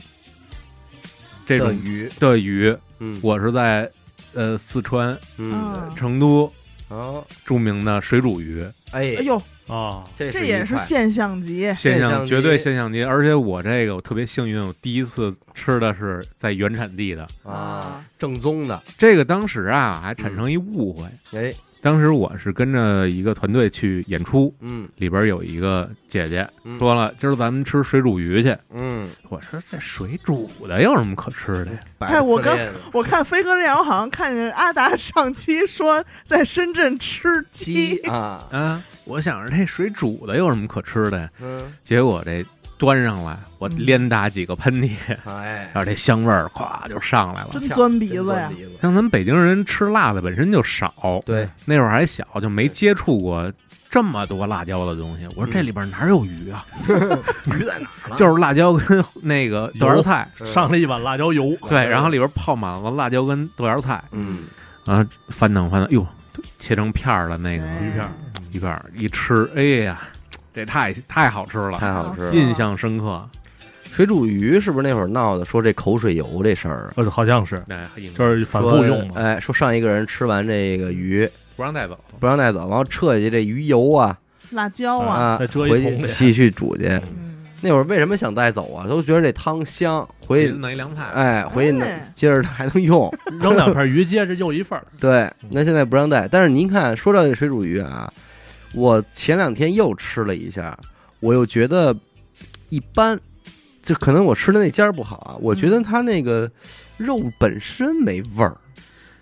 D: 这种
A: 鱼，
D: 的鱼，
A: 嗯，
D: 我是在呃四川
A: 嗯，
B: 嗯
D: 成都
A: 哦，
D: 著名的水煮鱼，
A: 哎
B: 哎，呦，
C: 啊，
A: 这
B: 这
A: 一
B: 也是
A: 块
B: 现象 级，
A: 现象
D: 象
A: 级
D: 绝对现象级。而且我这个我特别幸运，我第一次吃的是在原产地的。
A: 啊
B: 啊，
A: 正宗的，
D: 这个当时啊还
A: 嗯
D: 产生一误会，
A: 哎，
D: 当时我是跟着一个团队去演出，
A: 嗯，
D: 里边有一个姐姐
A: 嗯
D: 说了，今儿咱们吃水煮鱼去。
A: 嗯，
D: 我说这水煮的有什么可吃的呀？
B: 哎我刚
A: 百思恋
B: 我看飞哥这样，我好像看见阿达上期说在深圳吃鸡
A: 鸡，啊，
D: 啊，我想着这水煮的有什么可吃的呀？
A: 嗯，
D: 结果这端上来，我
B: 嗯
D: 连打几个喷嚏，
A: 哎
D: 然，后这香味儿咵就上来了。
B: 真钻鼻子
A: 钻
B: 呀！
A: 鼻 子
D: 像咱们北京人吃辣的本身就少，
A: 对，
D: 那会儿还小，就没接触过这么多辣椒的东西。我说
A: 嗯
D: 这里边哪有鱼啊？
A: 鱼在哪儿呢？嗯
D: 就是辣椒跟那个豆芽菜，
A: 是
C: 上了一碗辣椒油，哎
D: 对，然后里边泡满了辣椒跟豆芽菜，
A: 嗯，
D: 然后翻腾翻腾，哟，切成片儿的那个
A: 嗯
B: 哎
C: 鱼片儿
D: 一块儿一吃，哎呀，这太太好吃了，
A: 太好吃了。
D: 印象深刻。
A: 嗯水煮鱼是不是那会儿闹的？说这口水油这事儿，啊
C: 呃，好像是，
A: 嗯
D: 那
C: 这是反
A: 说
C: 复用的。
A: 哎，说上一个人吃完这个鱼
D: 不让带走，
A: 不让带走，然后撤下去这鱼油啊
B: 辣椒啊，
A: 啊，
C: 再遮一
A: 回
C: 桶
A: 去
C: 里
A: 继续煮去。
B: 嗯，
A: 那会儿为什么想带走啊？都觉得这汤香，回去
D: 弄一凉菜，
A: 哎，回去呢
B: 哎
A: 接着还能用。
C: 扔两片鱼，接着又一 份儿。
A: 对，那现在不让带。但是您看，说到这水煮鱼啊，我前两天又吃了一下，我又觉得一般，就可能我吃的那家儿不好啊。我觉得它那个肉本身没味儿，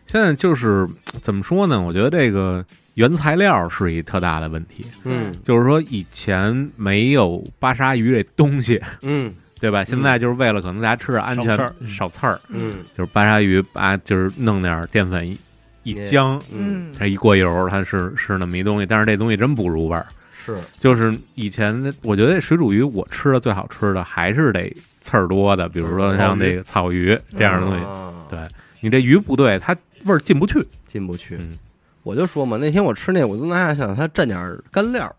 D: 现在就是怎么说呢？我觉得这个原材料是一特大的问题，
B: 嗯
D: 就是说以前没有巴沙鱼这东西，
A: 嗯
D: 对吧？现在就是为了可能大家吃着安
C: 少
D: 全
C: 刺儿
D: 少刺儿，
A: 嗯
D: 就是巴沙鱼把就是弄点淀粉一一
A: 嗯
D: 浆，
A: 嗯，
D: 它一过油，它是是那么一东西，但是这东西真不入味儿。
A: 是
D: 就是以前的我觉得水煮鱼我吃的最好吃的还是得刺儿多的，比如说像那个草鱼这样的东西，
A: 啊
D: 对你这鱼不对，它味儿进不去。
A: 进不去
D: 嗯。
A: 我就说嘛，那天我吃那，我都拿想它蘸点儿干料儿，
B: 嗯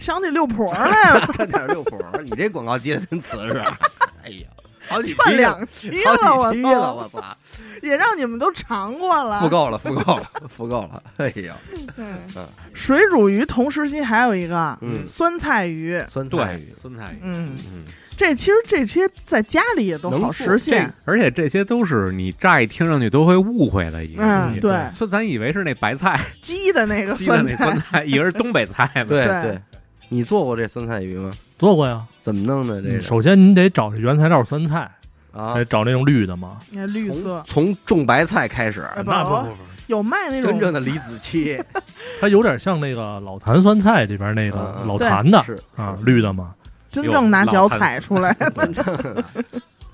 B: 想起六婆来了，
A: 蘸点儿六婆儿。你这广告接的真瓷实啊，哎呀，好几
B: 串
A: 期了，
B: 两期
A: 好
B: 了，
A: 几期了，
B: 我
A: 我
B: 操，
A: 操！
B: 也让你们都尝过了
A: 复。购了，复购了， 复购了！哎呀，
B: 对
A: 嗯，
B: 水煮鱼同时期还有一个
A: 嗯
B: 酸菜鱼，
A: 酸菜
D: 对
A: 鱼，
D: 酸菜鱼，
B: 嗯，
D: 嗯，
B: 这其实这些在家里也都
A: 能
B: 好
A: 做
B: 实现
A: 这。
D: 而且这些都是你乍一听上去都会误会的一个东
B: 嗯，
D: 西。
B: 对，
D: 说咱以为是那白菜，
B: 鸡的那个
D: 鸡的
B: 酸
D: 那
B: 菜
D: 酸，菜，以为是东北菜呢。
A: 对
B: 对
A: 对，你做过这酸菜鱼吗？
C: 做过呀，嗯
A: 怎么弄的这
D: 嗯
A: 个？
C: 首先你得找这原材料酸菜，
A: 啊，
D: 哎
C: 得找那种绿的嘛。
B: 那绿色
A: 从种白菜开始，
B: 哎
C: 那
B: 宝宝
C: 不不不，
B: 有卖那
A: 真正
B: 种，
A: 的李子柒
C: 它有点像那个老坛酸菜里边那个
A: 嗯
C: 老坛的
A: 是
C: 啊，绿的嘛。
B: 真正拿脚踩出来，
A: 真正的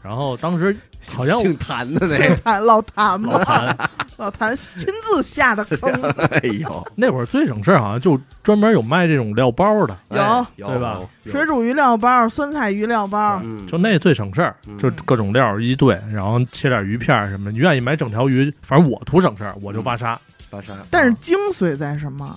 C: 然后当时好像
A: 姓谭的那
B: 是
A: 个，
B: 谭老谭嘛
C: 老， 坛
B: 老谭亲自下的坑，
A: 哎呦，
C: 那会儿最省事儿，好像就专门有卖这种料包的，
B: 有
A: 哎有
C: 对吧？
A: 有
B: 水煮鱼料包、酸菜鱼料包，
A: 嗯，
C: 就那最省事儿
A: 嗯，
C: 就各种料一对，然后切点鱼片儿什么的，你愿意买整条鱼，反正我图省事儿，我
A: 嗯
C: 就巴沙。
A: 巴沙，
B: 但是精髓在什么？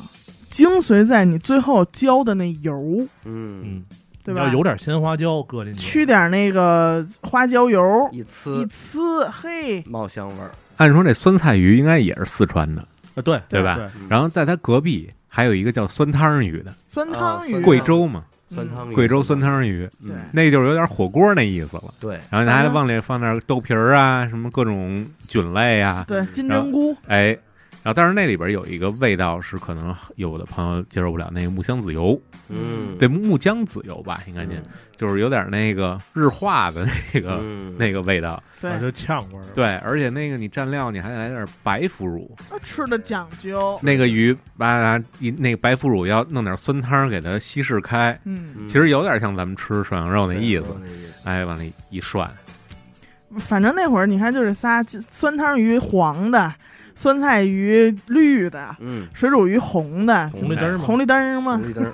B: 精髓在你最后浇的那油，
A: 嗯，
C: 嗯，
B: 对
C: 你
B: 吧
C: 要？有点鲜花椒搁进去，
B: 去点那个花椒油，
A: 一
B: 一
A: 呲
B: 呲，嘿，
A: 冒香味儿，
D: 按说这酸菜鱼应该也是四川的，
C: 啊对
D: 对吧？
A: 嗯
C: 对，
D: 哎然后在它隔壁还有一个叫酸汤鱼的，
B: 啊酸汤鱼，
A: 嗯
D: 贵州嘛，
B: 嗯
A: 酸汤鱼，
D: 贵州酸汤鱼，
A: 嗯，
B: 对
D: 那就是有点火锅那意思了。
A: 对，
D: 然后你还
B: 啊
D: 得往里放点豆皮儿啊，什么各种菌类啊，
B: 对金针菇，
D: 哎，然后但是那里边有一个味道是可能有的朋友接受不了，那个木香子油，
A: 嗯，
D: 对，木姜子油吧，应该念，就是有点那个日化的那个、
A: 嗯，
D: 那个味道。
C: 啊
B: 对，
C: 就呛味儿。
D: 对，而且那个你蘸料你还得来点白腐乳，
B: 那吃的讲究，
D: 那个鱼把一那个白腐乳要弄点酸汤给它稀释开，
B: 嗯，
D: 其实有点像咱们吃涮羊肉
A: 嗯有
D: 那意思。，哎，往里一涮，
B: 反正那会儿你看就这仨，酸汤鱼黄的，酸菜鱼绿的，
A: 嗯，
B: 水煮鱼红的，嗯
C: 红绿灯儿嘛，
B: 红绿灯儿嘛，
A: 红绿嗯灯儿，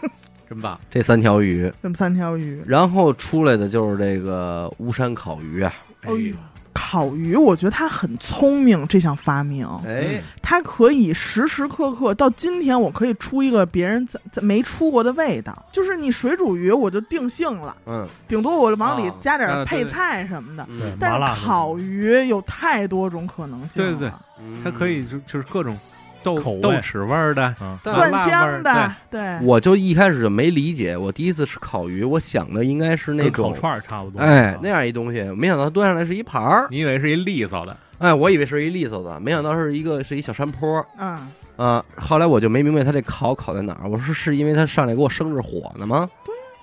D: 真棒！
A: 这三条鱼，
B: 这么三条鱼，
A: 然后出来的就是这个巫山烤鱼啊，
B: 哎呦，烤鱼，我觉得它很聪明，这项发明，
A: 哎，
B: 它可以时时刻刻到今天，我可以出一个别人在在没出过的味道，就是你水煮鱼我就定性了，
A: 嗯，
B: 顶多我往里
A: 啊
B: 加点
D: 啊
B: 儿
D: 对
B: 配菜什么的。
C: 对
A: 嗯，
B: 但
C: 麻辣
B: 是
C: 什么的
B: 烤鱼有太多种可能性了，
D: 对对对它可以就就是各种豆
C: 口味
D: 豆豉味儿的，
C: 啊，
A: 但
D: 蒜
B: 蒜香
D: 辣味儿
B: 的，对，
A: 我就一开始就没理解，我第一次吃烤鱼，我想的应该是那
C: 跟
A: 种
C: 烤，串儿差不多。
A: 哎
C: 啊，
A: 那样一东西，没想到端上来是一盘儿，
D: 你以为是一利索的，
A: 哎，我以为是一利索的，没想到是一个是一小山坡
B: 嗯，
A: 啊、后来我就没明白它这烤烤在哪儿，我说是因为它上来给我生着火呢吗？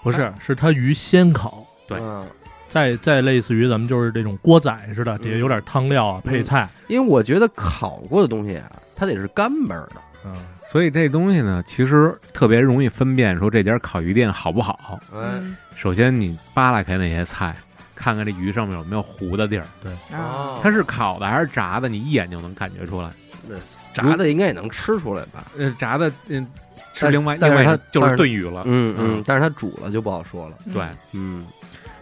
C: 不是，是它鱼先烤，
D: 对
A: 嗯
C: 再再类似于咱们就是这种锅仔似的，
A: 嗯
C: 底下有点汤料啊，
A: 嗯
C: 配菜，
A: 因为我觉得烤过的东西啊，它得是干巴儿的，
C: 嗯，
D: 所以这东西呢，其实特别容易分辨说这家烤鱼店好不好。
B: 嗯
A: 哎，
D: 首先你扒拉开那些菜，看看这鱼上面有没有糊的地儿，
B: 嗯
A: 哦
B: 啊，
D: 它是烤的还是炸的，你一眼就能感觉出来。
A: 炸的，应该也能吃出来吧？
D: 呃，炸的，嗯、
A: 但
D: 是另外
A: 但
D: 另
A: 是
D: 外
A: 它
D: 一就
A: 但是
D: 是炖鱼了。
A: 嗯嗯，但是它煮了就不好说了，
B: 嗯
D: 对，
A: 嗯，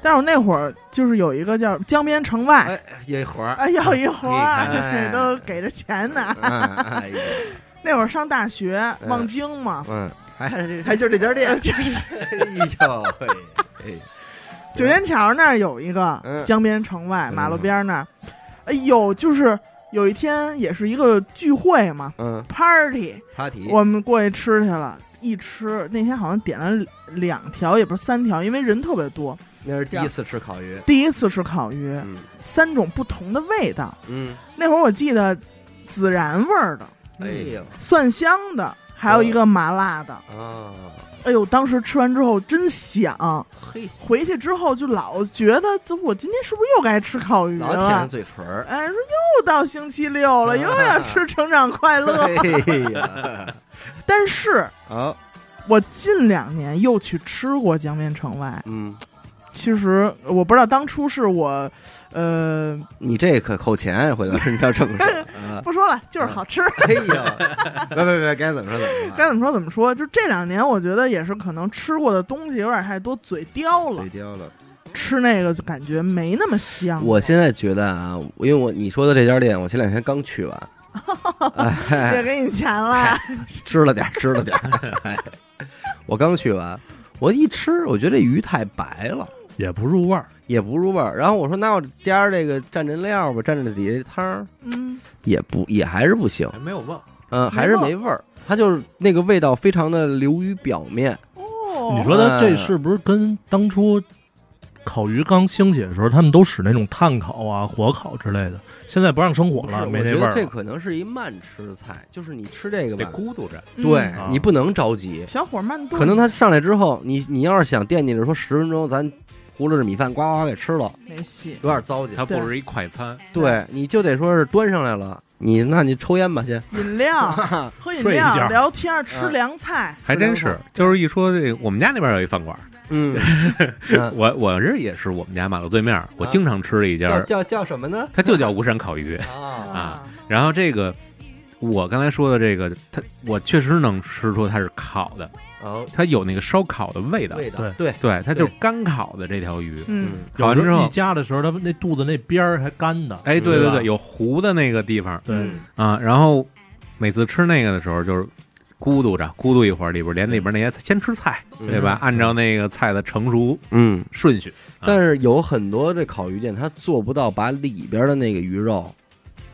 B: 但是我那会儿就是有一个叫江边城外，
A: 哎，一会儿，
B: 哎，要一活儿，
A: 你看
B: 这 都给着钱呢。
A: 哎呀，
B: 那会儿上大学，望京嘛，
A: 嗯，还还还就这家店，就是，哎呦嘿，哎
B: 九仙桥那儿有一个
A: 嗯
B: 江边城外
A: 嗯
B: 马路边儿那儿，哎呦，就是有一天也是一个聚会嘛
A: 嗯
B: ，party，
A: ，party，
B: 我们过去吃去了，一吃那天好像点了两条，也不是三条，因为人特别多，
A: 那是第一次吃烤鱼，
B: 第一次吃烤鱼，
A: 嗯
B: 三种不同的味道。
A: 嗯，
B: 那会儿我记得孜然味儿的、
A: 哎呦
B: 蒜香的，还
A: 嗯
B: 有一个麻辣的。
A: 啊，
B: 哎呦，当时吃完之后真想，
A: 嘿，
B: 回去之后就老觉得，这我今天是不是又该吃烤鱼
A: 老舔着
B: 了？
A: 嘴唇儿，
B: 哎，说又到星期六了，又要吃成长快 乐。
A: 哎呀，
B: 但是
A: 好，
B: 我近两年又去吃过江边城外，
A: 嗯，
B: 其实我不知道当初是我，呃，
A: 你这可扣钱，啊回头人家正 说，啊
B: 不说了，就是好吃。
A: 哎呦， 别别别，该怎么说怎么
B: 该
A: 说，
B: 怎么说怎么说，就这两年，我觉得也是可能吃过的东西有点太多，嘴刁了
A: 嘴，刁了。
B: 吃那个就感觉没那么香。
A: 我现在觉得啊，因为我你说的这家店，我前两天刚去完，
B: 也给你钱了，
A: 吃了点儿，吃了点儿。哎 我刚去完，我一吃，我觉得这鱼太白了，
C: 也不入味儿，
A: 也不入味儿。然后我说，那我加上这个蘸蘸料吧，蘸蘸底下这汤儿
B: 嗯，
A: 也不也还是不行，
D: 还没有忘，
A: 嗯，还是没味儿。它就是那个味道非常的流于表面，
B: 哦，
C: 你说
A: 嗯
C: 它这是不是跟当初烤鱼刚兴起的时候，他们都使那种炭烤啊、火烤之类的？现在不让生火
A: 不是？
C: 了，
A: 啊我
C: 哦没
A: 觉
C: 那味
A: 得
C: 儿
A: 这
C: 了。
A: 可能是一慢吃菜，就是你吃这个
D: 得
A: 吧，
D: 咕嘟着，
B: 嗯
A: 对
C: 啊
A: 你不能着急，
B: 小火慢炖，
A: 可能它上来之后，你你要是想惦记着说十分钟，咱糊了这米饭呱呱给吃了，
B: 没戏。
A: 有点糟践
D: 它。不是一快餐，
A: 对，你就得说是端上来了，你那你抽烟吧先。
B: 饮料，喝饮
C: 睡一觉
B: 料，聊天，吃凉菜，
D: 还真是。就是一说这，我们家那边有一饭馆，
A: 嗯，嗯
D: 我我这也是我们家马路对面，我经常吃的一
A: 啊叫
D: 家，
A: 叫叫什么呢？
D: 它就叫吴山烤鱼。
A: 啊，
D: 啊，然后这个我刚才说的这个，它我确实能吃出它是烤的，
A: 哦，
D: 它有那个烧烤的味道。
A: 味道
C: 对
A: 对，
D: 对，它就是干烤的这条鱼。
B: 嗯，
D: 烤完之
C: 有时候
D: 后
C: 一，夹的时候，它那肚子那边儿还干的。
D: 哎，对对
C: 吧
D: 对，有糊的那个地方
C: 对，
B: 嗯
D: 啊。然后每次吃那个的时候，就是咕嘟着咕嘟一会儿，里边连里边那些先吃菜，
A: 嗯
D: 对吧？按照那个菜的成熟
A: 嗯，
D: 顺序。啊
A: 但是有很多这烤鱼店，它做不到把里边的那个鱼肉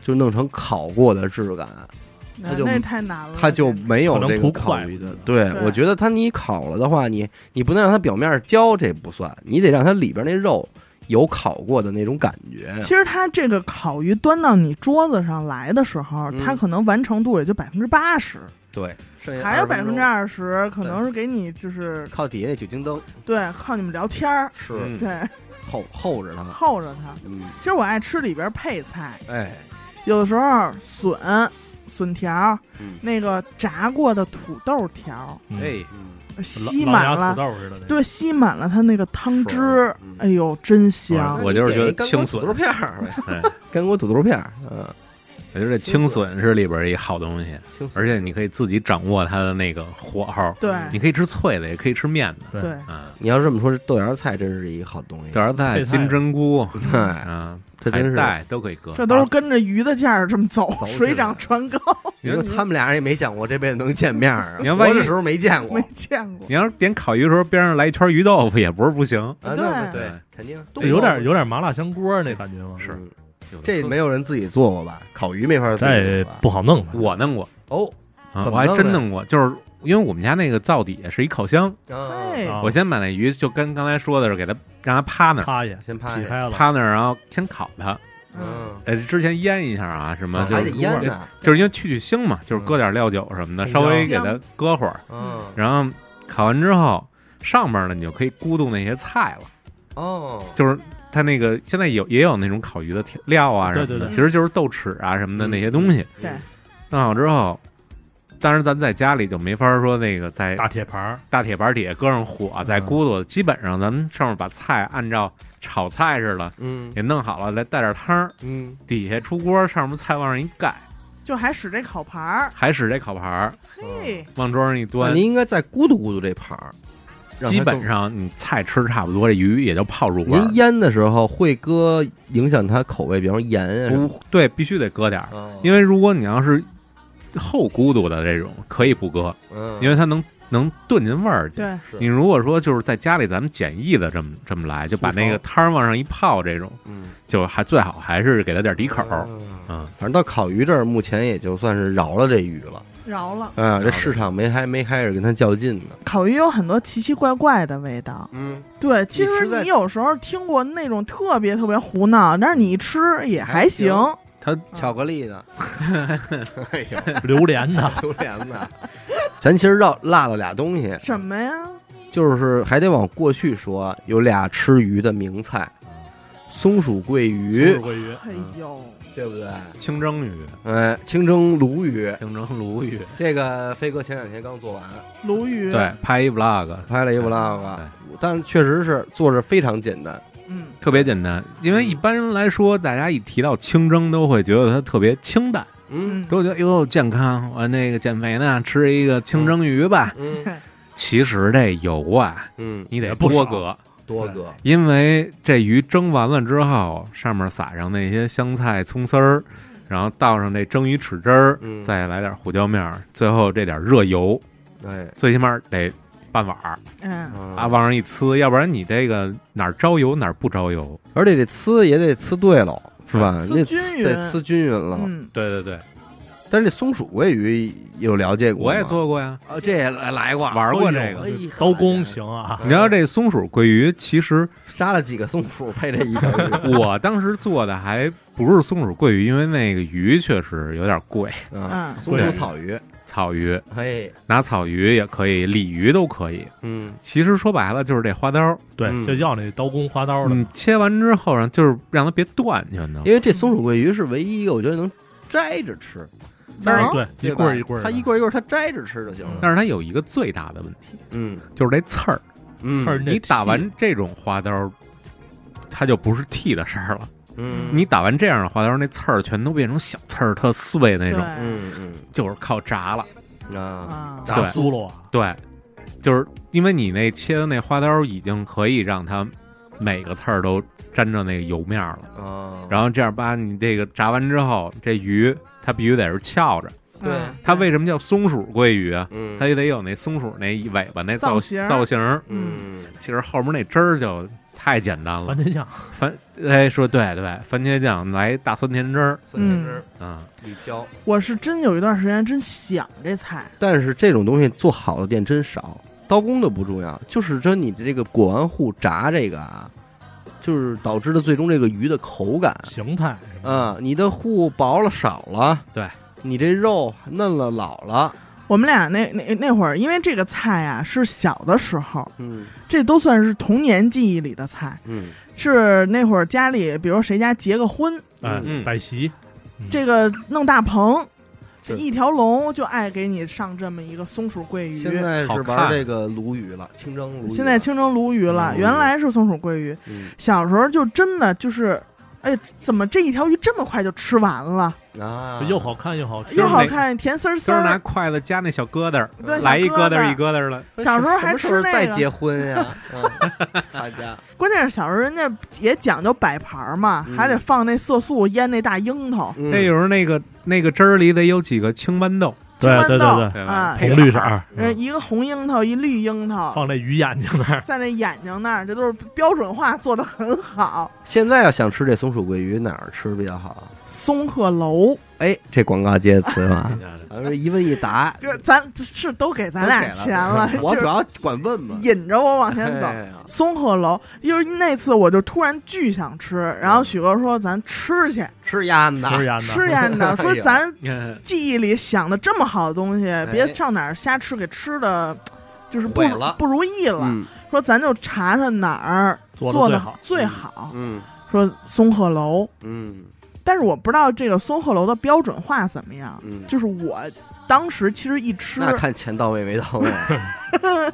A: 就弄成烤过的质感，
B: 那
A: 它就
B: 那太难了，
A: 它就没有这
C: 可
A: 个
C: 能图
A: 烤
C: 快
A: 鱼的。对，
B: 对
A: 我觉得它你烤了的话，你你不能让它表面焦，这不算，你得让它里边那肉有烤过的那种感觉。
B: 其实它这个烤鱼端到你桌子上来的时候，
A: 嗯
B: 它可能完成度也就百分之八十，
A: 对，剩下
B: 还有百
A: 20
B: 分之
A: 钟
B: 二十可能是给你就是
A: 靠底下那酒精灯
B: 对靠你们聊天儿，
A: 是
D: 嗯
B: 对
A: 厚厚着它。
B: 候着它。
A: 嗯，
B: 其实我爱吃里边配菜，
A: 哎，
B: 有的时候笋、笋条、
A: 嗯
B: 那个炸过的土豆条，
C: 嗯
D: 哎，
A: 嗯，
B: 吸
C: 老
B: 满
C: 老
B: 了
C: 家土，豆似的那个。
B: 对，吸满了它那个汤汁
A: 是嗯，
B: 哎呦，真香！
D: 我就是觉得
A: 干
D: 青
A: 锅
D: 笋
A: 土豆片儿呗，
D: 哎
A: 干锅土豆片儿，嗯，
D: 我觉得这青笋是里边一好东西，
A: 青笋
D: 而且你可以自己掌握它的那个火候，
B: 对
D: 你可以吃脆的，也可以吃面的。
B: 对，
D: 啊，
A: 你要这么说，豆芽菜真是一个好东西。
D: 豆，芽菜、
C: 配菜
D: 金针菇
A: 哎，
D: 啊，
A: 这真是
D: 海带都可以搁。
B: 这都是跟着鱼的价儿这么走，
A: 走起来
B: 水涨船高，
A: 你说他们俩人也没想过这辈子能见面儿啊，
D: 你要万一
A: 活着时候没见过
B: 没，见过。
D: 你要是点烤鱼的时候，边上来一圈鱼豆腐也不是不行。
A: 啊那不
D: 对
A: 对，肯定
C: 这有点有点麻辣香锅那感觉吗？
D: 是
A: 嗯
D: 有的
A: 这
D: 说
A: 没有人自己做过吧？烤鱼没法自己
C: 这
A: 做吧？
C: 不好弄吧。
D: 我弄过，
A: 哦，
D: 啊
A: 怎么
D: 我还
A: 弄
D: 真
A: 的
D: 弄过，就是因为我们家那个灶底下是一烤箱，
A: 啊
B: 哎，
C: 啊
D: 我先把那鱼就跟刚才说的是给它让它趴那儿，
C: 趴下，
A: 先趴
C: 劈
A: 下，
C: 开了，
D: 趴那儿，然后先烤它。
B: 嗯，
A: 嗯，
D: 呃，之前腌一下啊，什么
A: 啊
D: 就
A: 还
D: 是
A: 得腌呢，
D: 就是因为去去腥嘛，就是搁点料酒什
C: 嗯
D: 么的，稍微给它搁会儿，
A: 嗯，
D: 然后烤完之后，上面呢你就可以咕咚那些菜了，
A: 哦，
D: 就是它那个现在有也有那种烤鱼的料啊什么的，
C: 对对对
D: 其实就是豆豉啊什么的
A: 嗯
D: 那些东西。
B: 对，
D: 弄好之后，当然咱在家里就没法说那个在
C: 大铁盘儿，
D: 大铁板底下搁上火
A: 嗯
D: 再咕嘟，基本上咱们上面把菜按照炒菜似的
A: 嗯
D: 也弄好了，来带点汤儿，
A: 嗯，
D: 底下出锅，上面菜往上一盖，
B: 就还使这烤盘儿，
D: 还使这烤盘儿
B: 嘿，
A: 嗯
D: 往桌上一
A: 那
D: 端
A: 您。啊应该再咕嘟咕嘟这盘儿，让它
D: 基本
A: 更
D: 上你菜吃差不多，这鱼也就泡入味儿了
A: 您。腌的时候会搁影响它口味，比方说盐啊什么哦
D: 不对，必须得搁点儿，
A: 的，
D: 因为如果你要是后咕嘟的这种，可以不搁，
A: 嗯
D: 因为它能能炖进味儿去。
B: 对，
A: 是
D: 你如果说就是在家里咱们简易的这么这么来，就把那个汤儿往上一泡，这种
A: 嗯
D: 就还最好还是给它点儿底口儿，
A: 嗯
D: 嗯，
A: 反正到烤鱼这儿，目前也就算是饶了这鱼了。
B: 饶了。
A: 啊，这市场没还没开始跟他较劲呢。
B: 烤鱼有很多奇奇怪怪的味道，
A: 嗯，
B: 对，其实
A: 实在
B: 你有时候听过那种特别特别胡闹，但是你一吃也还行。
A: 还
D: 它
A: 巧克力呢？哎呦，
C: 榴莲 的，
A: 榴莲呢？ 咱其实绕落了俩东西，
B: 嗯什么呀？
A: 嗯就是还得往过去说，有俩吃鱼的名菜，嗯松鼠桂鱼，
C: 桂鱼，
B: 哎呦，
A: 对不对？
D: 清蒸鱼、
A: 哎，清蒸鲈鱼，
D: 清蒸鲈鱼，
A: 这个飞哥前两天刚做完，
B: 鲈鱼，
D: 对，，拍一 vlog
A: 拍了一
C: 哎
A: vlog，但确实是做着非常简单。
B: 嗯，
D: 特别简单，因为一般来说，大家一提到清蒸，都会觉得它特别清淡，
A: 嗯
D: 都觉得哟健康，我那个减肥呢，吃一个清蒸鱼吧。
A: 嗯
D: 其实这油啊，
A: 嗯，
D: 你得
C: 也不少
D: 多搁，
A: 多哥，
D: 因为这鱼蒸完了之后，上面撒上那些香菜、葱丝儿，然后倒上这蒸鱼豉汁儿，
A: 嗯
D: 再来点胡椒面儿，最后这点热油，
A: 哎，
D: 最起码得半碗儿
B: 嗯，
D: 啊，往上一呲，要不然你这个哪儿招油哪儿不招油，
A: 而且这呲也得呲对了，是吧？
B: 呲
A: 那
B: 均匀
A: 得呲啊均匀了。
B: 嗯，
D: 对对对，
A: 但是这松鼠桂鱼有了解过吗？
D: 我也做过呀，
A: 哦，这也来过，
D: 玩过这
A: 哎
D: 个。
A: 呀
C: 刀工行啊，
D: 你知道这松鼠桂鱼，其实
A: 杀了几个松鼠配这一条 鱼
D: 我当时做的还不是松鼠桂鱼，因为那个鱼确实有点贵，
A: 啊，
B: 嗯，
A: 松鼠草鱼，哎
D: 草鱼
A: 嘿，
D: 拿草鱼也可以，鲤鱼都可以。
A: 嗯
D: 其实说白了就是这花刀，
C: 对
A: 嗯，
C: 就要那刀工花刀的，
D: 嗯，切完之后让就是让它别断，全都
A: 因为这松鼠桂鱼是唯一一个我觉得能摘着吃，
D: 嗯
B: 能
C: 哎对，一
A: 对吧
C: 棍儿一棍儿
A: 它
C: 的，
A: 一棍儿一棍儿它摘着吃就行了。
D: 但是它有一个最大的问题，
A: 嗯
D: 就是这刺儿。
A: 嗯
C: 刺儿那
D: 你打
C: 剃
D: 完这种花刀，它就不是剃的事儿了。
A: 嗯
D: 你打完这样的花刀，那刺儿全都变成小刺儿，特碎那
B: 对
D: 种，
A: 嗯
D: 就是靠炸了。
A: 嗯啊，
B: 啊，
A: 炸
C: 大酥了啊，
D: 对，就是因为你那切的那花刀已经可以让它每个刺儿都沾着那个油面儿了，
A: 啊
D: 然后这样吧，你这个炸完之后，这鱼它必须得是翘着。
A: 对
B: 嗯
D: 它为什么叫松鼠桂鱼啊？
A: 嗯
D: 它也得有那松鼠那尾巴那
B: 造型
D: 型
B: 儿
D: 造型儿。
A: 嗯
D: 其实后面那汁儿就太简单了
C: 番。茄酱，
D: 番哎，说对对，番茄酱来大酸甜汁儿
A: 酸甜
B: 嗯
A: 汁
D: 啊、
A: 李椒，
B: 我是真有一段时间真想这菜，
A: 但是这种东西做好的店真少，刀工都不重要，就是说你这个裹完糊炸这个啊，就是导致的最终这个鱼的口感
C: 形态，
A: 啊，你的糊薄了少了，
D: 对
A: 你这肉嫩了老了，
B: 我们俩那那那会儿，因为这个菜啊是小的时候，
A: 嗯
B: 这都算是童年记忆里的菜。
A: 嗯
B: 是那会儿家里，比如谁家结个婚，
C: 哎
D: 嗯，
C: 摆席，
B: 这个弄大棚，
A: 是
B: 一条龙就爱给你上这么一个松鼠桂鱼。
A: 现在是
D: 好
A: 玩
D: 看
A: 这个鲈鱼了，清蒸鲈鱼了。
B: 现在清蒸鲈鱼了，
A: 嗯
B: 原来是松鼠桂鱼。
A: 嗯
B: 小时候就真的就是，哎，怎么这一条鱼这么快就吃完了？
A: 啊，
C: 又好看又好吃，
B: 又好看，甜丝丝
D: 都是拿
B: 儿。
D: 筷子夹那小疙瘩儿，
B: 对，
D: 来一
B: 小疙
D: 疙瘩儿一疙瘩儿了。
A: 什
B: 小时候还
A: 什么时候
B: 吃那
A: 再
B: 个，
A: 结婚 呀，嗯大家
B: 关键是小时候人家也讲究摆盘儿嘛，
A: 嗯
B: 还得放那色素腌那大樱桃，
A: 嗯
D: 那有时候那个那个汁儿里得有几个青豌豆，
C: 对
B: 青
C: 对
B: 豌豆
C: 对
D: 对
B: 啊
D: 吧？，
C: 对，红绿色儿，
B: 人一个红樱桃，一绿樱桃，
C: 放那鱼眼睛那儿，
B: 在那眼睛那儿，这都是标准化做的很好。
A: 现在要想吃这松鼠桂鱼，哪儿吃比较好啊？
B: 松鹤楼，
A: 哎，这广告接的词嘛， 咱们一问一答，
B: 就是咱是都给咱俩钱了，
A: 我主
B: 就是
A: 要管问 嘛，
B: 引着我往前走。
A: 走。
B: 松鹤楼，因为那次我就突然巨想吃，然
C: 嗯
B: 后许哥说咱吃去，
A: 吃鸭呢？
C: 吃眼
B: 吃
C: 的，
B: 呀 呢，说
A: 哎呀
B: 咱
D: 嗯
B: 记忆里想的这么好的东西，别上哪儿瞎吃，给吃的就是不
A: 哎毁了
B: 不如意了。
A: 嗯
B: 说咱就查查哪儿
C: 做的
B: 做
C: 最
B: 的
C: 好，
B: 最好，
A: 嗯
B: 说松鹤楼，
A: 嗯
B: 但是我不知道这个松鹤楼的标准化怎么样。
A: 嗯，
B: 就是我当时其实一吃，
A: 那看钱到位没到 位。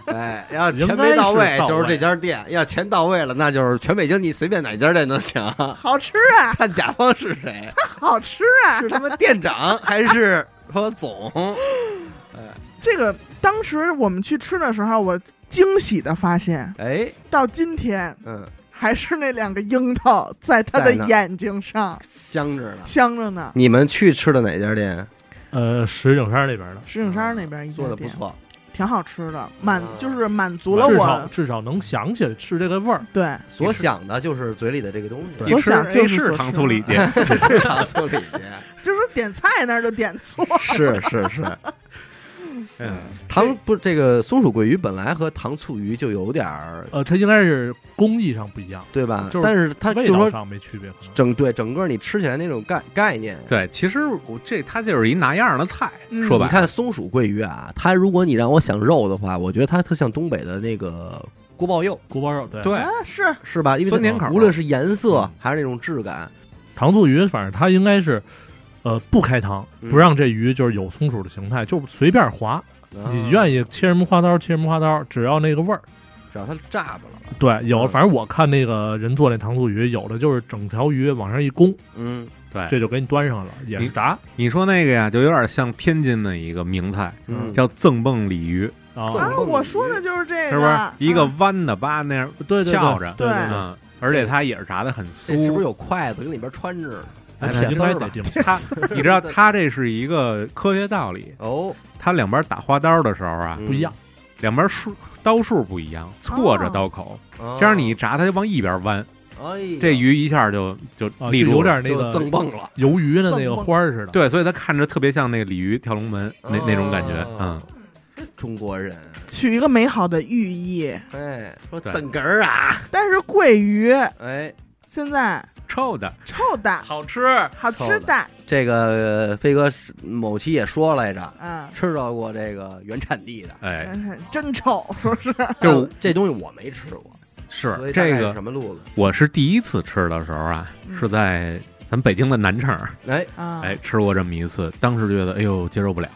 A: 哎，要钱
C: 应该
A: 没
C: 是
A: 到位
C: 到
A: 就是
C: 位
A: 这家店，要钱到位了那就是全北京你随便哪家店都 行。
B: 好吃啊，
A: 看甲方是 谁，
B: 好吃啊
A: 是！他妈店长还是说总？
B: 这个当时我们去吃的时候，我惊喜的发现，
A: 哎，
B: 到今天
A: 嗯，
B: 还是那两个樱桃在他的
A: 在呢
B: 眼睛上
A: 香着呢。
B: 镶着呢。
A: 你们去吃的哪家店
C: 呃，石景山那边的，
B: 石景山那边一家
A: 做的不
B: 店
A: 错？
B: 挺好吃的，满
A: 嗯
B: 就是满足了
C: 至少
B: 我
C: 至少能想起来是这个味儿。
B: 对
A: 所想的就是嘴里的这个东西，
B: 所
D: 一吃
B: 想就是
D: 哎是
B: 所
D: 糖
B: 吃
D: 醋里脊，
A: 是糖醋里脊，
B: 就是点菜那儿就点错，
A: 是是是，
D: 嗯，
A: 糖不这个松鼠桂鱼本来和糖醋鱼就有点儿
C: 呃，它应该是工艺上不一样，
A: 对吧
C: 就？是
A: 但是它
C: 味
A: 就
C: 道
A: 说
C: 上没区别，可能
A: 整对整个你吃起来那种概概念。
D: 对，其实我这它就是一拿样儿的菜，
B: 嗯
D: 说白
A: 你
D: 了
A: 看松鼠桂鱼啊，它如果你让我想肉的话，我觉得它特像东北的那个锅包肉，
C: 锅包肉对
D: 对
B: 啊是
A: 是吧？因为它
D: 酸甜口儿
A: 无论是颜色
D: 嗯
A: 还是那种质感，
C: 糖醋鱼，反正它应该是。呃，不开膛，
A: 嗯
C: 不让这鱼就是有松鼠的形态，就随便划，你愿
A: 意
C: 意切什么花刀切什么花刀，只要那个味儿。
A: 只要它炸巴了，
C: 对，有，
A: 嗯
C: 反正我看那个人做那糖醋鱼，有的就是整条鱼往上一弓，
A: 嗯，
D: 对，
C: 这就给你端上了，也是
D: 你
C: 炸
D: 你说那个呀，就有点像天津的一个名菜，
A: 嗯
D: 叫赠蹦鲤鱼，
A: 啊
C: 啊
B: 啊，
A: 蹦
B: 我
A: 鱼
B: 说的就是这
D: 哦是不是
B: 个？
D: 一个
B: 嗯
D: 弯的吧那样，
C: 对对对
D: 翘着
C: 对对对，
D: 嗯，而且它也是炸的很
A: 这是不是
D: 酥。
A: 有筷子跟里边穿着呢？
C: 哎
A: 还
C: 它
A: 撇
C: 应
A: 丝
C: 该
A: 儿
C: 得
A: 吧
C: 定。
D: 它，你 知道，它这是一个科学道理。
A: 哦，
D: 它两边打花刀的时候啊，
A: 嗯
C: 不一样，
D: 两边数刀数不一样，错着刀口，
A: 哦
D: 这样你一炸它就往一边弯，
A: 哎呀
D: 这鱼一下就就
C: 啊，就
D: 立住了，
C: 有点
A: 嗯
C: 那
A: 就
C: 个
A: 赠蹦了，
C: 鱿鱼的那
A: 赠
C: 个
A: 蹦
C: 花儿似的。
D: 对，所以它看着特别像那个鲤鱼跳龙门那那种感觉，嗯
A: 哦，中国人，
B: 取一个美好的寓意，
A: 哎，说
D: 对
A: 整根儿啊，
B: 但是桂鱼
A: 哎，
B: 现在
D: 臭的
B: 臭的，
D: 好吃，
B: 好
A: 臭
B: 吃
A: 的
B: 的，
A: 这个飞哥是某期也说来着，
B: 嗯，
A: 吃到过这个原产地的，
D: 哎，
B: 真是真臭，是不是？
D: 就
A: 但这东西我没吃过，所
D: 是
A: 以大概
D: 这
A: 是
D: 个
A: 什么路子？
D: 我是第一次吃的时候啊，
B: 嗯
D: 是在咱北京的南城，
A: 哎，
B: 啊，
D: 哎，吃过这么一次，当时觉得哎呦接受不了，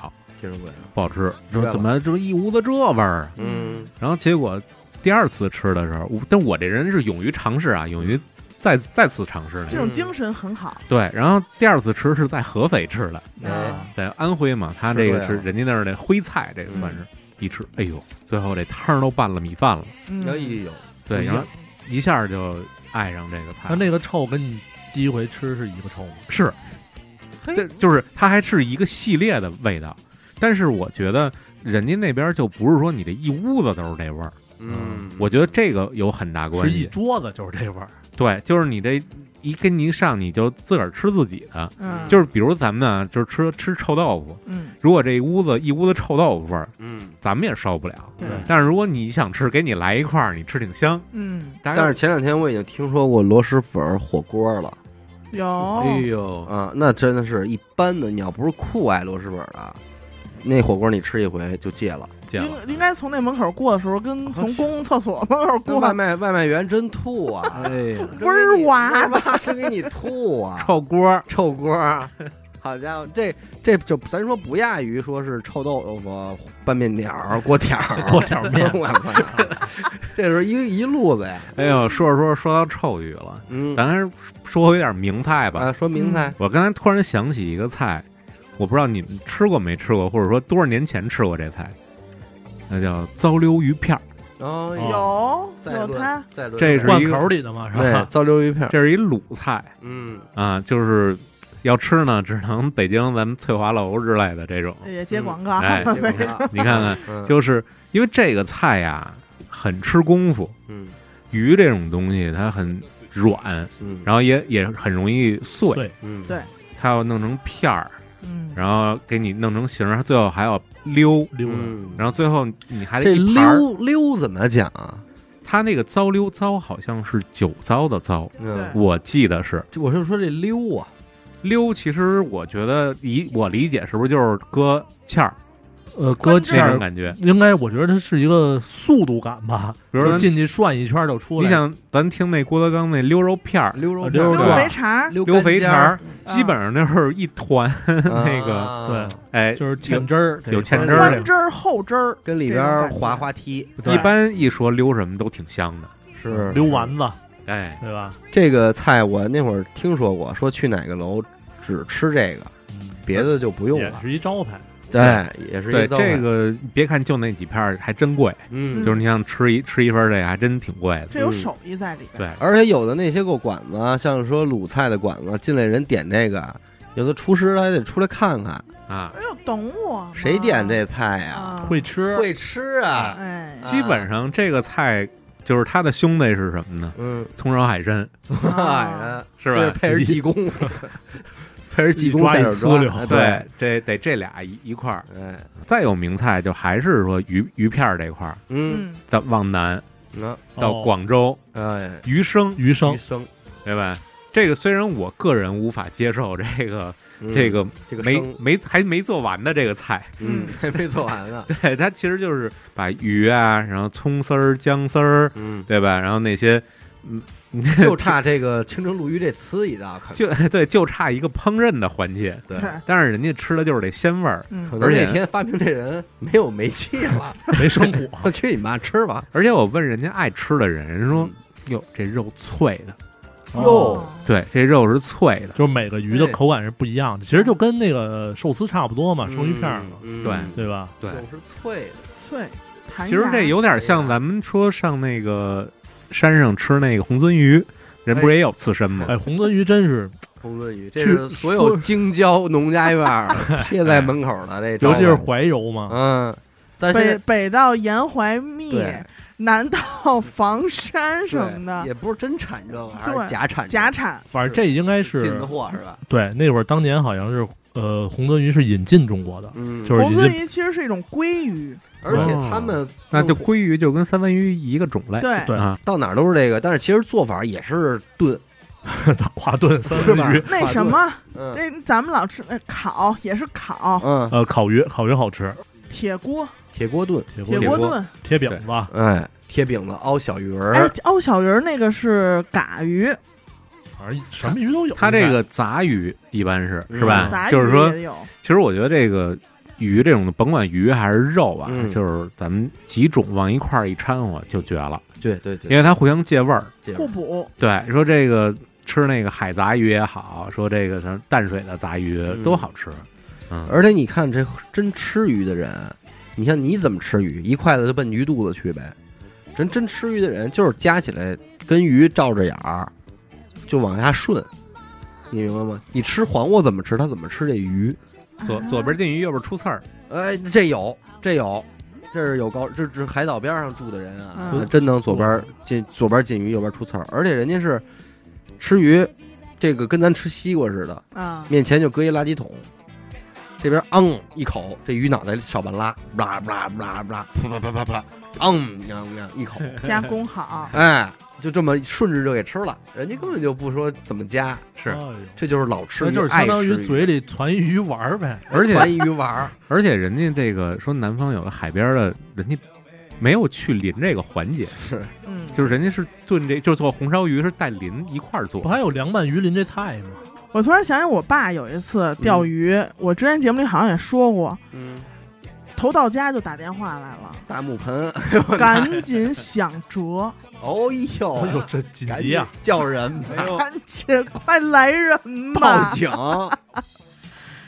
A: 接受不了，
D: 不好吃，
A: 明白
D: 说
A: 了
D: 怎么这一屋子这味儿？啊
A: 嗯
D: 然后结果第二次吃的时候，我但我这人是勇于尝试啊，勇于再再次尝试
B: 这
D: 的。
B: 种精神很好，
D: 对，然后第二次吃是在合肥吃的，
A: 哎
B: 啊
D: 在安徽嘛，他这
A: 是
D: 个是
A: 对啊嗯
D: 人家那儿的徽菜，这个算是一吃，哎呦，最后这汤儿都拌了米饭了，
B: 嗯
A: 哎呦，
D: 对，
C: 嗯
D: 然后一下就爱上这个菜
A: 哎
C: 它
D: 了。
C: 那个臭跟你第一回吃是一个臭吗？
D: 是，
C: 哎
D: 这就是它还是一个系列的味道，但是我觉得人家那边就不是说你这一屋子都是这味儿，
A: 嗯，
D: 我觉得这个有很大关
C: 是一
D: 系。
C: 桌子就是这味儿。
D: 对，就是你这一跟你一上，你就自个儿吃自己的。
B: 嗯，
D: 就是比如咱们呢，就是吃吃臭豆腐，
B: 嗯，
D: 如果这屋子一屋子臭豆腐味儿，
A: 嗯，
D: 咱们也受不了。
B: 对，
D: 但是如果你想吃，给你来一块儿，你吃挺香。
B: 嗯，
A: 但是前两天我已经听说过螺蛳粉儿火锅了
D: 哎
B: 有，
D: 呦，
A: 啊，那真的是一般的，你要不是酷爱螺蛳粉儿的，那火锅你吃一回就戒了。
D: 见了
B: 应应该从那门口过的时候，跟从公共厕所门口
A: 那外
B: 过，
A: 卖外卖员真吐啊，
D: 呀，
A: 真给你
B: 味儿哇
A: 味儿哇真给你吐啊，
D: 臭锅儿，
A: 臭锅儿。好家伙，这这就咱说不亚于说是臭豆腐、拌面条儿、锅条儿、
C: 锅条 面
A: 我的妈呀这是一一路子呀。
D: 哎呦，说着说着说到臭鱼了，
A: 嗯，
D: 咱还是说回点名菜吧。
A: 啊，说明菜，
D: 我刚才突然想起一个菜，我不知道你们吃过没吃过，或者说多少年前吃过这菜，那叫糟溜鱼片儿，
A: 哦
C: 嗯
B: 有
A: 再
B: 有
A: 论
B: 它，
A: 再论
D: 这是
C: 罐
D: 一个
C: 口里的嘛，是
A: 对
C: 吧？
A: 糟溜鱼片儿，
D: 这是一鲁菜
A: 嗯，
D: 啊，就是要吃呢，只能北京咱们翠华楼之类的 这种。
B: 也接广告，
D: 哎
A: 这个啊
D: 你看看，
A: 嗯
D: 就是因为这个菜呀，很吃功夫。
A: 嗯
D: 鱼这种东西它很软，
A: 嗯，
D: 然后也也很容易碎，
C: 对，
A: 嗯
B: 对
D: 它要弄成片儿，
B: 嗯，
D: 然后给你弄成形儿，最后还要溜，
C: 溜达。
A: 嗯
D: 然后最后你还
A: 这
D: 得一盘儿
A: 溜溜怎么讲啊？
D: 他那个糟溜糟好像是酒糟的糟，
A: 嗯，
D: 我记得是
A: 这我就说这溜啊，
D: 溜。其实我觉得理我理解是不是就是搁芡儿
C: 呃，搁
B: 宽
C: 这
D: 那种
C: 儿
D: 感觉？
C: 应该，我觉得它是一个速度感吧，
D: 比如
C: 就
D: 咱
C: 进去涮一圈就出来。
D: 你想，咱听那郭德纲那溜肉片儿、
A: 溜肉
C: 溜
B: 溜
C: 肉
B: 肥
D: 对
B: 肠儿，
A: 溜
D: 溜肥肠儿，
B: 嗯
D: 基本上就是一团，那个
A: 个
C: 对，
D: 哎，
C: 就是芡汁儿，
D: 有
C: 这
D: 芡
C: 个
D: 汁儿
B: 宽
C: 这
B: 汁儿厚汁儿，
A: 跟里边儿滑滑梯
D: 一般一说溜什么都挺香的，
A: 是
D: 嗯
C: 溜丸子，
D: 哎，
C: 对吧？
A: 这个菜，我那会儿听说过，说去哪个楼只吃这个，别的就不用
C: 也
A: 了。
C: 是一招牌。
D: 啊
A: 对，也是
D: 嗯对
A: 一
D: 这个别看就那几片儿还真贵，
A: 嗯
D: 就，是你想吃一吃一份儿这个还真挺贵的，
B: 这有
A: 嗯
B: 手艺在里边。
D: 对，
A: 而且有的那些个馆子啊，像说鲁菜的馆子，进来人点这个，有的厨师还得出来看看，
D: 啊，
B: 哎呦，懂我吗
A: 谁点这菜呀？
B: 啊？
C: 会吃，
A: 会吃啊，
B: 哎，
A: 啊
D: 基本上这个菜就是它的兄弟是什么呢？
A: 嗯，哦
D: 葱烧海参
A: 哎
B: 啊
D: 是
A: 这
D: 吧？
A: 配着济公， 配着济公
C: 抓
A: 下
C: 一
A: 手
C: 丝
A: 抓
C: 溜
A: 哎
D: 对，这得这俩一一块儿。
A: 对，哎，
D: 再有名菜就还是说鱼鱼片儿这块儿，
A: 嗯，
B: 嗯，
D: 再往南
A: 那
D: 到
C: 哦
D: 广州
A: 哎，
D: 鱼生，
C: 余生
A: 余，生，
D: 对吧？这个虽然我个人无法接受这个
A: 嗯
D: 这个
A: 这个
D: 没
A: 生
D: 没还没做完的这个菜，
A: 嗯，还 没做完呢，
D: 对，它其实就是把鱼啊，然后葱丝儿、姜丝儿，
A: 嗯，
D: 对吧？然后那些，嗯，
A: 就差这个清蒸鲈鱼这词一道， 可
D: 就对，就差一个烹饪的环节。
A: 对，
D: 但是人家吃的就是这鲜味儿，
A: 可
B: 嗯，
A: 能
D: 而且
A: 那天发明这人没有煤气 了，
C: 没生火，
A: 我去你妈吃吧！
D: 而且我问人家爱吃的人，人说
A: 嗯
D: 哟，这肉脆的，
A: 哟
B: 哦，
D: 对，这肉是脆的，
C: 就是每个鱼的口感是不一样的，其实就跟那个寿司差不多
B: 啊
C: 嘛，生鱼片儿嘛，
A: 嗯
D: 对
A: 嗯
C: 对吧？
D: 对。
A: 总是脆的，
B: 脆，弹
D: 其实
B: 牙
D: 这有点像咱们说上那个山上吃那个红鳟鱼，人不是也有刺身吗？
C: 哎，红鳟鱼真是，
A: 红鳟鱼，这是所有京郊农家院儿贴在门口的这招
C: 尤
A: 牌，
C: 其是怀柔嘛，
A: 嗯，但是
B: 北
A: 现
B: 北到沿淮密，
A: 对
B: 南到房山
A: 在
B: 什么
A: 对
B: 的，
A: 也不是真产这个，还是
B: 对
A: 假产
B: 假产
C: 反正这应该
A: 进的
C: 是
A: 货是吧？
C: 对那会儿当年好像是呃红鳟鱼是引进中国的，
A: 嗯，
C: 就是
B: 红
C: 已
B: 鳟
C: 经
B: 鱼其实是一种鲑鱼，
A: 而且他
B: 哦
A: 们
D: 那就鲑鱼就跟三文鱼一个种类，
B: 对
C: 对
D: 啊，
A: 到哪儿都是这个，但是其实做法也是炖，
C: 华顿三
A: 是吧
C: 文鱼，？
B: 那什么，
A: 嗯
B: 那咱们老吃那烤也是烤，
A: 嗯，
C: 呃，烤鱼，烤鱼好吃，
B: 铁锅
A: 铁锅炖，
C: 铁锅
B: 铁
D: 锅
B: 锅
D: 锅
B: 炖，
C: 铁饼子，
A: 哎，贴饼子熬小鱼
B: 哎
A: 儿，，
B: 欧小鱼儿那个是嘎鱼，
C: 反正什么鱼都有。
D: 它这个杂鱼一般是
A: 嗯
D: 是吧？
B: 杂鱼
D: 就是说，
B: 也有，
D: 其实我觉得这个鱼这种的，甭管鱼还是肉啊，
A: 嗯
D: 就是咱们几种往一块儿一掺和就绝了，
A: 对对
D: 因
A: 对，
D: 为它互相借味儿。
A: 这
B: 互
A: 样
B: 补，
D: 对，说这个吃那个海杂鱼也好，说这个什么淡水的杂鱼
A: 嗯
D: 都好吃。嗯，
A: 而且你看这真吃鱼的人，你像你怎么吃鱼，一筷子就奔鱼肚子去呗。人真吃鱼的人就是夹起来跟鱼照着眼儿，就往下顺，你明白吗？你吃黄瓜怎么吃，他怎么吃这鱼。
D: 左
B: 啊
D: 左边进鱼，右边出刺儿。
A: 哎，这有这有，这是有高，这这海岛边上住的人啊，
B: 嗯
A: 真能左边进左边进鱼，右边出刺儿，而且人家是吃鱼，这个跟咱吃西瓜似的，
B: 啊，
A: 面前就搁一垃圾桶，这边昂一口，这鱼脑袋小半拉，不啦不啦不啦不啦，啪啪啪啪啪，昂嗯喵喵一 口，，
B: 加工好
A: 哎，就这么顺着就给吃了，人家根本就不说怎么夹，
D: 是
C: 哎呦
A: 这就是老吃
C: 那
A: 鱼，
C: 就是相
A: 爱
C: 当
A: 吃
C: 于
A: 鱼
C: 嘴里攒一鱼丸儿呗，
D: 而且
A: 传鱼丸儿，
D: 而且人家这个说南方有个海边的，人家没有去淋这个环节，
A: 是
B: 嗯，
D: 就是人家是炖这，就是做红烧鱼是带淋一块儿做
C: 不。还有凉拌鱼鳞这菜吗？
B: 我突然想起我爸有一次
D: 嗯
B: 钓鱼，我之前节目里好像也说过，
A: 嗯，
B: 头到家就打电话来了，
A: 大木盆，哎
B: 赶紧想辙，
A: 呦
C: 哎呦，，这紧
A: 赶
C: 急
A: 紧
C: 呀！
A: 叫人 吧
D: 哎 呦
B: 赶紧快来人
A: 报
B: 吧！
A: 警，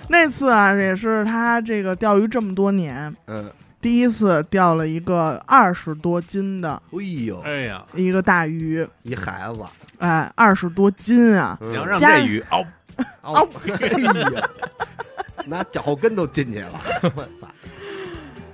B: 那次啊，也是他这个钓鱼这么多年，
A: 嗯，
B: 第一次钓了一个二十多斤的
A: 哎呦，
D: 哎呀，
B: 一个大鱼，
A: 一孩子，
B: 哎，二十多斤啊！
A: 嗯
D: 你要让
B: 家
D: 这鱼哦，
A: 哦，哎呀， 拿脚后跟都进去了，我操！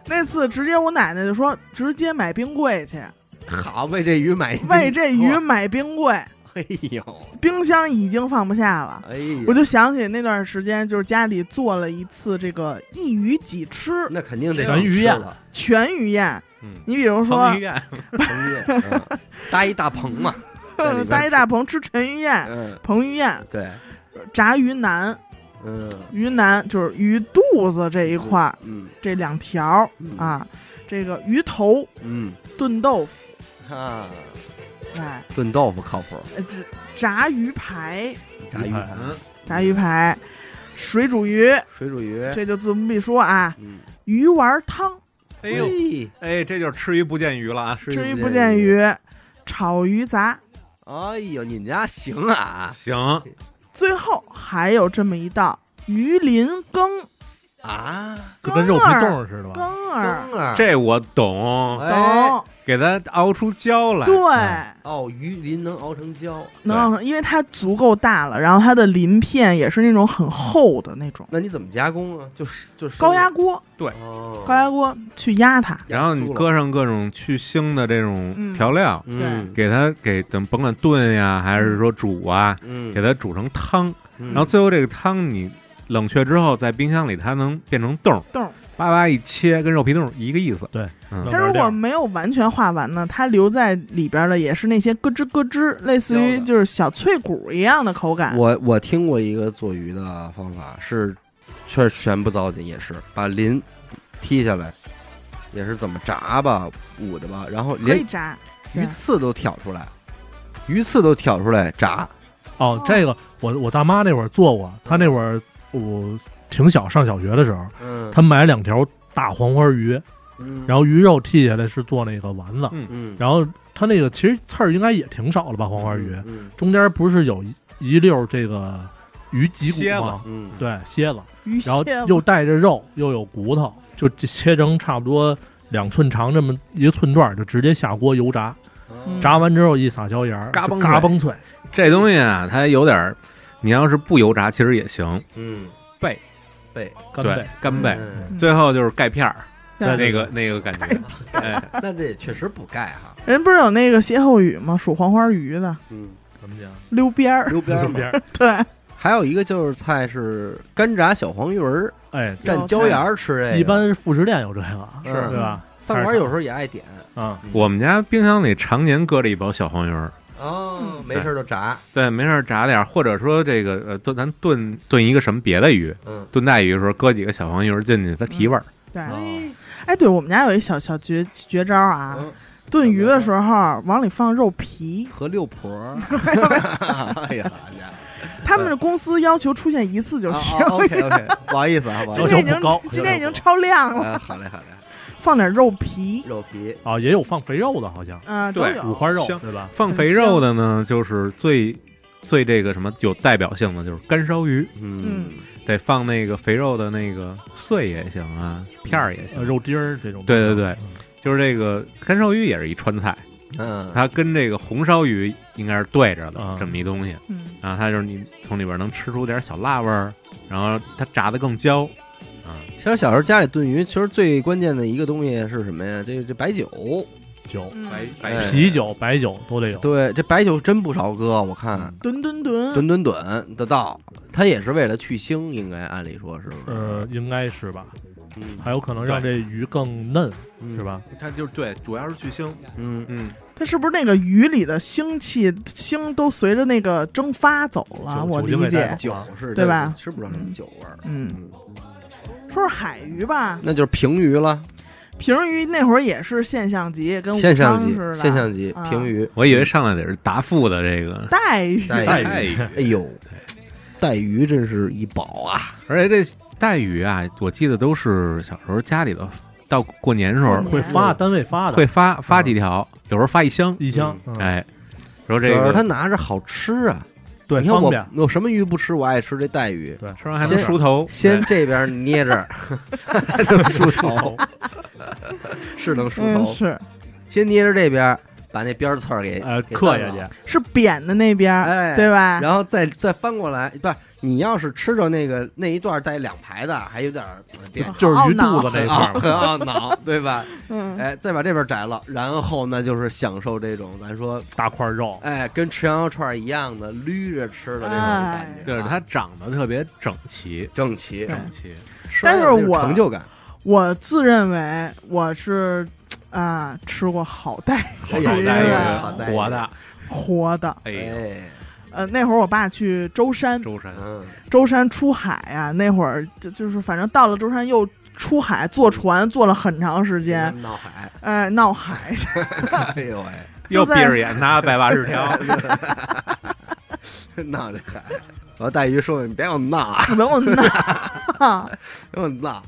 B: 那次直接我奶奶就说，直接买冰柜去，
A: 好，为这鱼买一
B: 为这鱼，买冰柜，
A: 哎呦，
B: 冰箱已经放不下了。
A: 哎呀
B: 我，就想起那段时间，就是家里做了一次这个一鱼几吃
A: 那肯定得
C: 全鱼
A: 呀
C: 宴，
B: 全鱼宴。
D: 嗯，
B: 你比如说
D: 彭于，晏，
A: 彭于晏嗯搭一大棚 嘛，在里边
B: 搭一呃大棚吃全鱼宴、
A: 嗯，
B: 彭于晏、
A: 对，
B: 炸鱼腩、
A: 嗯
B: 鱼腩，就是鱼肚子这一块儿，
A: 嗯
B: 这两条儿
A: 嗯
B: 啊，这个鱼头
A: 嗯
B: 炖豆腐，
A: 啊，
B: 哎，
A: 炖豆腐靠谱，
B: 呃这炸鱼排、
A: 炸鱼排，
D: 嗯，
B: 炸鱼排、水煮鱼，
A: 水煮鱼，
B: 这就自不必说啊，
A: 嗯，
B: 鱼丸汤、
D: 哎呦，
A: 嘿
D: 哎，这就是吃鱼不见鱼了啊！
A: 吃
B: 吃鱼
A: 鱼
B: 不见，鱼、炒鱼杂，
A: 哎呦，你们家行啊
D: 行，
B: 最后还有这么一道鱼鳞羹
A: 啊，
C: 就跟肉皮冻似的吧？
B: 啊
D: 哎
B: 羹儿，
A: 儿，
D: 这我懂。
A: 哎
B: 懂
D: 给它熬出胶来。
B: 对，
A: 哦，鱼鳞能熬成胶，
B: 能熬成，因为它足够大了，然后它的鳞片也是那种很厚的那种。
A: 那你怎么加工啊？就是就是
B: 高压锅，
A: 哦，
B: 高压锅去压它，
D: 然后你
A: 酥了
D: 搁上各种去腥的这种
B: 嗯
D: 调料，
A: 嗯
D: 给它给等甭管炖呀，还是说煮啊，
A: 嗯，
D: 给它煮成汤。
A: 嗯，
D: 然后最后这个汤你冷却之后，在冰箱里它能变成冻儿，
B: 冻儿。
D: 叭叭一切跟肉皮冻儿一个意思。
C: 对
D: 嗯，
C: 那
B: 它如果没有完全化完呢，它留在里边的也是那些咯吱咯吱，类似于就是小脆骨一样的口感。
A: 我我听过一个做鱼的方法是，确实全部糟践，也是把鳞剔下来，也是怎么炸吧、捂的吧，然后
B: 可以
A: 连
B: 炸，
A: 鱼刺都挑出来，鱼刺都挑出来炸。
C: 哦，这个我我大妈那会儿做过，她那会儿我挺小，上小学的时候，
A: 嗯，
C: 她买两条大黄花鱼，然
A: 后
C: 后鱼肉剔下来是做那个丸子，
A: 嗯，
C: 然后她那个其实刺儿应该也挺少了吧，黄花鱼
A: 嗯
C: 中间不是有一一溜儿这个鱼脊
D: 蝎
C: 骨
D: 子
C: 吗？
A: 嗯，
C: 对，蝎子，
B: 鱼
C: 然后
B: 蟹嘛
C: 又带着肉，又有骨头，就切成差不多两寸长这么一个寸段儿，就直接下锅油炸。
B: 嗯
C: 炸完之后一撒椒盐儿，
D: 嘎
C: 就
D: 嘣
C: 嘎
D: 脆
C: 嘣脆。
D: 这东西啊，它有点儿，你要是不油炸其实也行，
A: 嗯，
D: 背
A: 背
C: 干
D: 对
C: 贝，
D: 干贝，
A: 嗯
D: 最后就是钙片儿
B: 对
D: 那个那个感觉。哎，
A: 那这也确实不盖哈。
B: 人不是有那个歇后语吗？数黄花鱼的
A: 嗯，
C: 怎么讲？
B: 溜边 儿，
A: 溜边儿
C: 右
A: 嘛。
C: 边儿，
B: 对，
A: 还有一个就是菜是干炸小黄鱼儿，
C: 哎，
A: 蘸椒盐儿吃这个。
C: 一般是副食店有这个，
A: 是
C: 对吧？
A: 饭馆有时候也爱点。
C: 啊，
D: 我们家冰箱里常年搁着一包小黄鱼儿，
A: 哦
B: 嗯
A: 没事儿就炸。
D: 对，没事儿炸点儿，或者说这个呃，炖咱炖炖一个什么别的鱼，
A: 嗯，
D: 炖带鱼的时候搁几个小黄鱼儿进去，它提味儿。
B: 对，
A: 哦
B: 哎，对我们家有一小小绝绝招啊，
A: 嗯
B: 炖鱼的时候往里放肉皮。
A: 和六婆儿， 哎呀，好家伙
B: 他们公司要求出现一次就行，
A: 啊 OK OK，不好意思啊，不好
B: 今
A: 意思
C: 要求
B: 天已
C: 不高
B: 经今天已经超量了，
A: 啊，好嘞好嘞，
B: 放点肉皮，
A: 肉皮，
C: 啊，也有放肥肉的，好像
B: 嗯，都
D: 对
B: 有
C: 五花肉
D: 香
C: 对吧？
D: 放肥肉的呢，就是最最这个什么有代表性的，就是干烧鱼，
B: 嗯，
D: 得放那个肥肉的那个碎也行啊，片儿也
C: 呃
D: 行。
C: 肉丁儿这种，嗯
D: 对对对，就是这个干烧鱼也是一川菜，
A: 嗯，
D: 它跟这个红烧鱼应该是对着的
C: 啊
D: 这么一东西。
B: 嗯，
D: 然后它就是你从里边能吃出点小辣味儿，然后它炸的更焦。啊
A: 其实小时候家里炖鱼，其实最关键的一个东西是什么呀？这这白酒，
C: 酒、
B: 嗯
A: 白哎
C: 啤酒、白酒都得有。
A: 对，这白酒真不少搁，我看
B: 吨吨吨，
A: 吨吨吨的倒，它也是为了去腥，应该按理说是不
C: 呃
A: 是？，
C: 应该是吧，
A: 嗯，
C: 还有可能让这鱼更嫩，是？吧？
D: 哎它就是对，主要是去腥。
A: 嗯，
D: 嗯，
B: 它是不是那个鱼里的腥气腥都随着那个蒸发走了？
C: 酒
B: 我
C: 酒精
B: 理
C: 味
B: 解
C: 带，
A: 酒是
B: 对吧
A: 吃不上什么酒味儿，
B: 嗯，
A: 嗯，
B: 说说海鱼吧，
A: 那就是平鱼了，
B: 平鱼那会儿也是现象级，跟武
A: 现象
B: 昌
A: 级，
B: 似的，
A: 现象级
B: 啊
A: 平鱼，
D: 我以为上来得是达富的这个
B: 带鱼，嗯
A: 带
C: 带
D: 鱼
C: 鱼，
A: 哎呦，带鱼真是一宝啊！
D: 而且这带鱼啊，我记得都是小时候家里头到过年时候
B: 嗯
C: 会发，单位发的，
D: 会发发几条，有时候发一箱，
C: 一箱，嗯
D: 哎，说这
A: 主要是他
D: 个
A: 拿着好吃啊，
C: 对，
A: 你看
C: 方
A: 我
C: 便，
A: 我什么鱼不吃，我爱吃这带鱼。
C: 对，
D: 吃完还能
A: 先
D: 梳头，
A: 先
D: 哎
A: 这边捏 着，还能梳头，是能梳
B: 嗯，
A: 头。
B: 是
A: 先捏着这边，把那边刺儿给
C: 呃，
A: 给
C: 刻
A: 断
C: 下
A: 了
C: 去，
B: 是扁的那边儿，
A: 哎，
B: 对吧？
A: 然后再再翻过来，不是你要是吃着那个那一段带两排的，还有点儿变
C: 就是鱼肚子那一块
A: 啊
C: 儿，
A: 很懊恼，对吧？
B: 嗯，
A: 哎，再把这边摘了，然后那就是享受这种咱说
C: 大块肉，
A: 哎，跟吃羊肉串儿一样的捋着吃的这种感 觉，
D: 就是
A: 啊
D: 它长得特别整齐，
A: 整齐，
B: 哎对
D: 整齐，
A: 吃完
B: 但是
A: 有这种
B: 我
A: 成就感，
B: 我自认为我是啊、吃过好带
D: 哎
A: 好
B: 带鱼啊
A: 好带鱼
D: 活的，
B: 活的，
D: 哎呦，
A: 哎，
B: 呃，那会儿我爸去舟山，
D: 舟山
A: 嗯，
B: 舟山出海啊，那会儿就就是反正到了舟山又出海，坐船坐了很长时间，
A: 闹嗯海，
B: 哎，闹海，
A: 哎呦喂，
D: 又
B: 就
D: 闭
B: 在
D: 着眼拿百八十 条，
A: 闹这海。然后带鱼说：“你别给我闹啊，
B: 给我闹，
A: 别给我闹！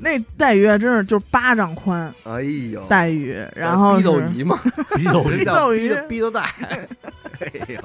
B: 那带鱼啊，真是就是巴掌宽
A: 哎呦，
B: 带鱼，然后
A: 逼斗
B: 是
A: 鱼嘛，
C: 鱼肚
A: 人
B: 逼
C: 子，
A: 叫
B: 斗
A: 逼
B: 鱼啊
A: 斗逼斗带。哎呦，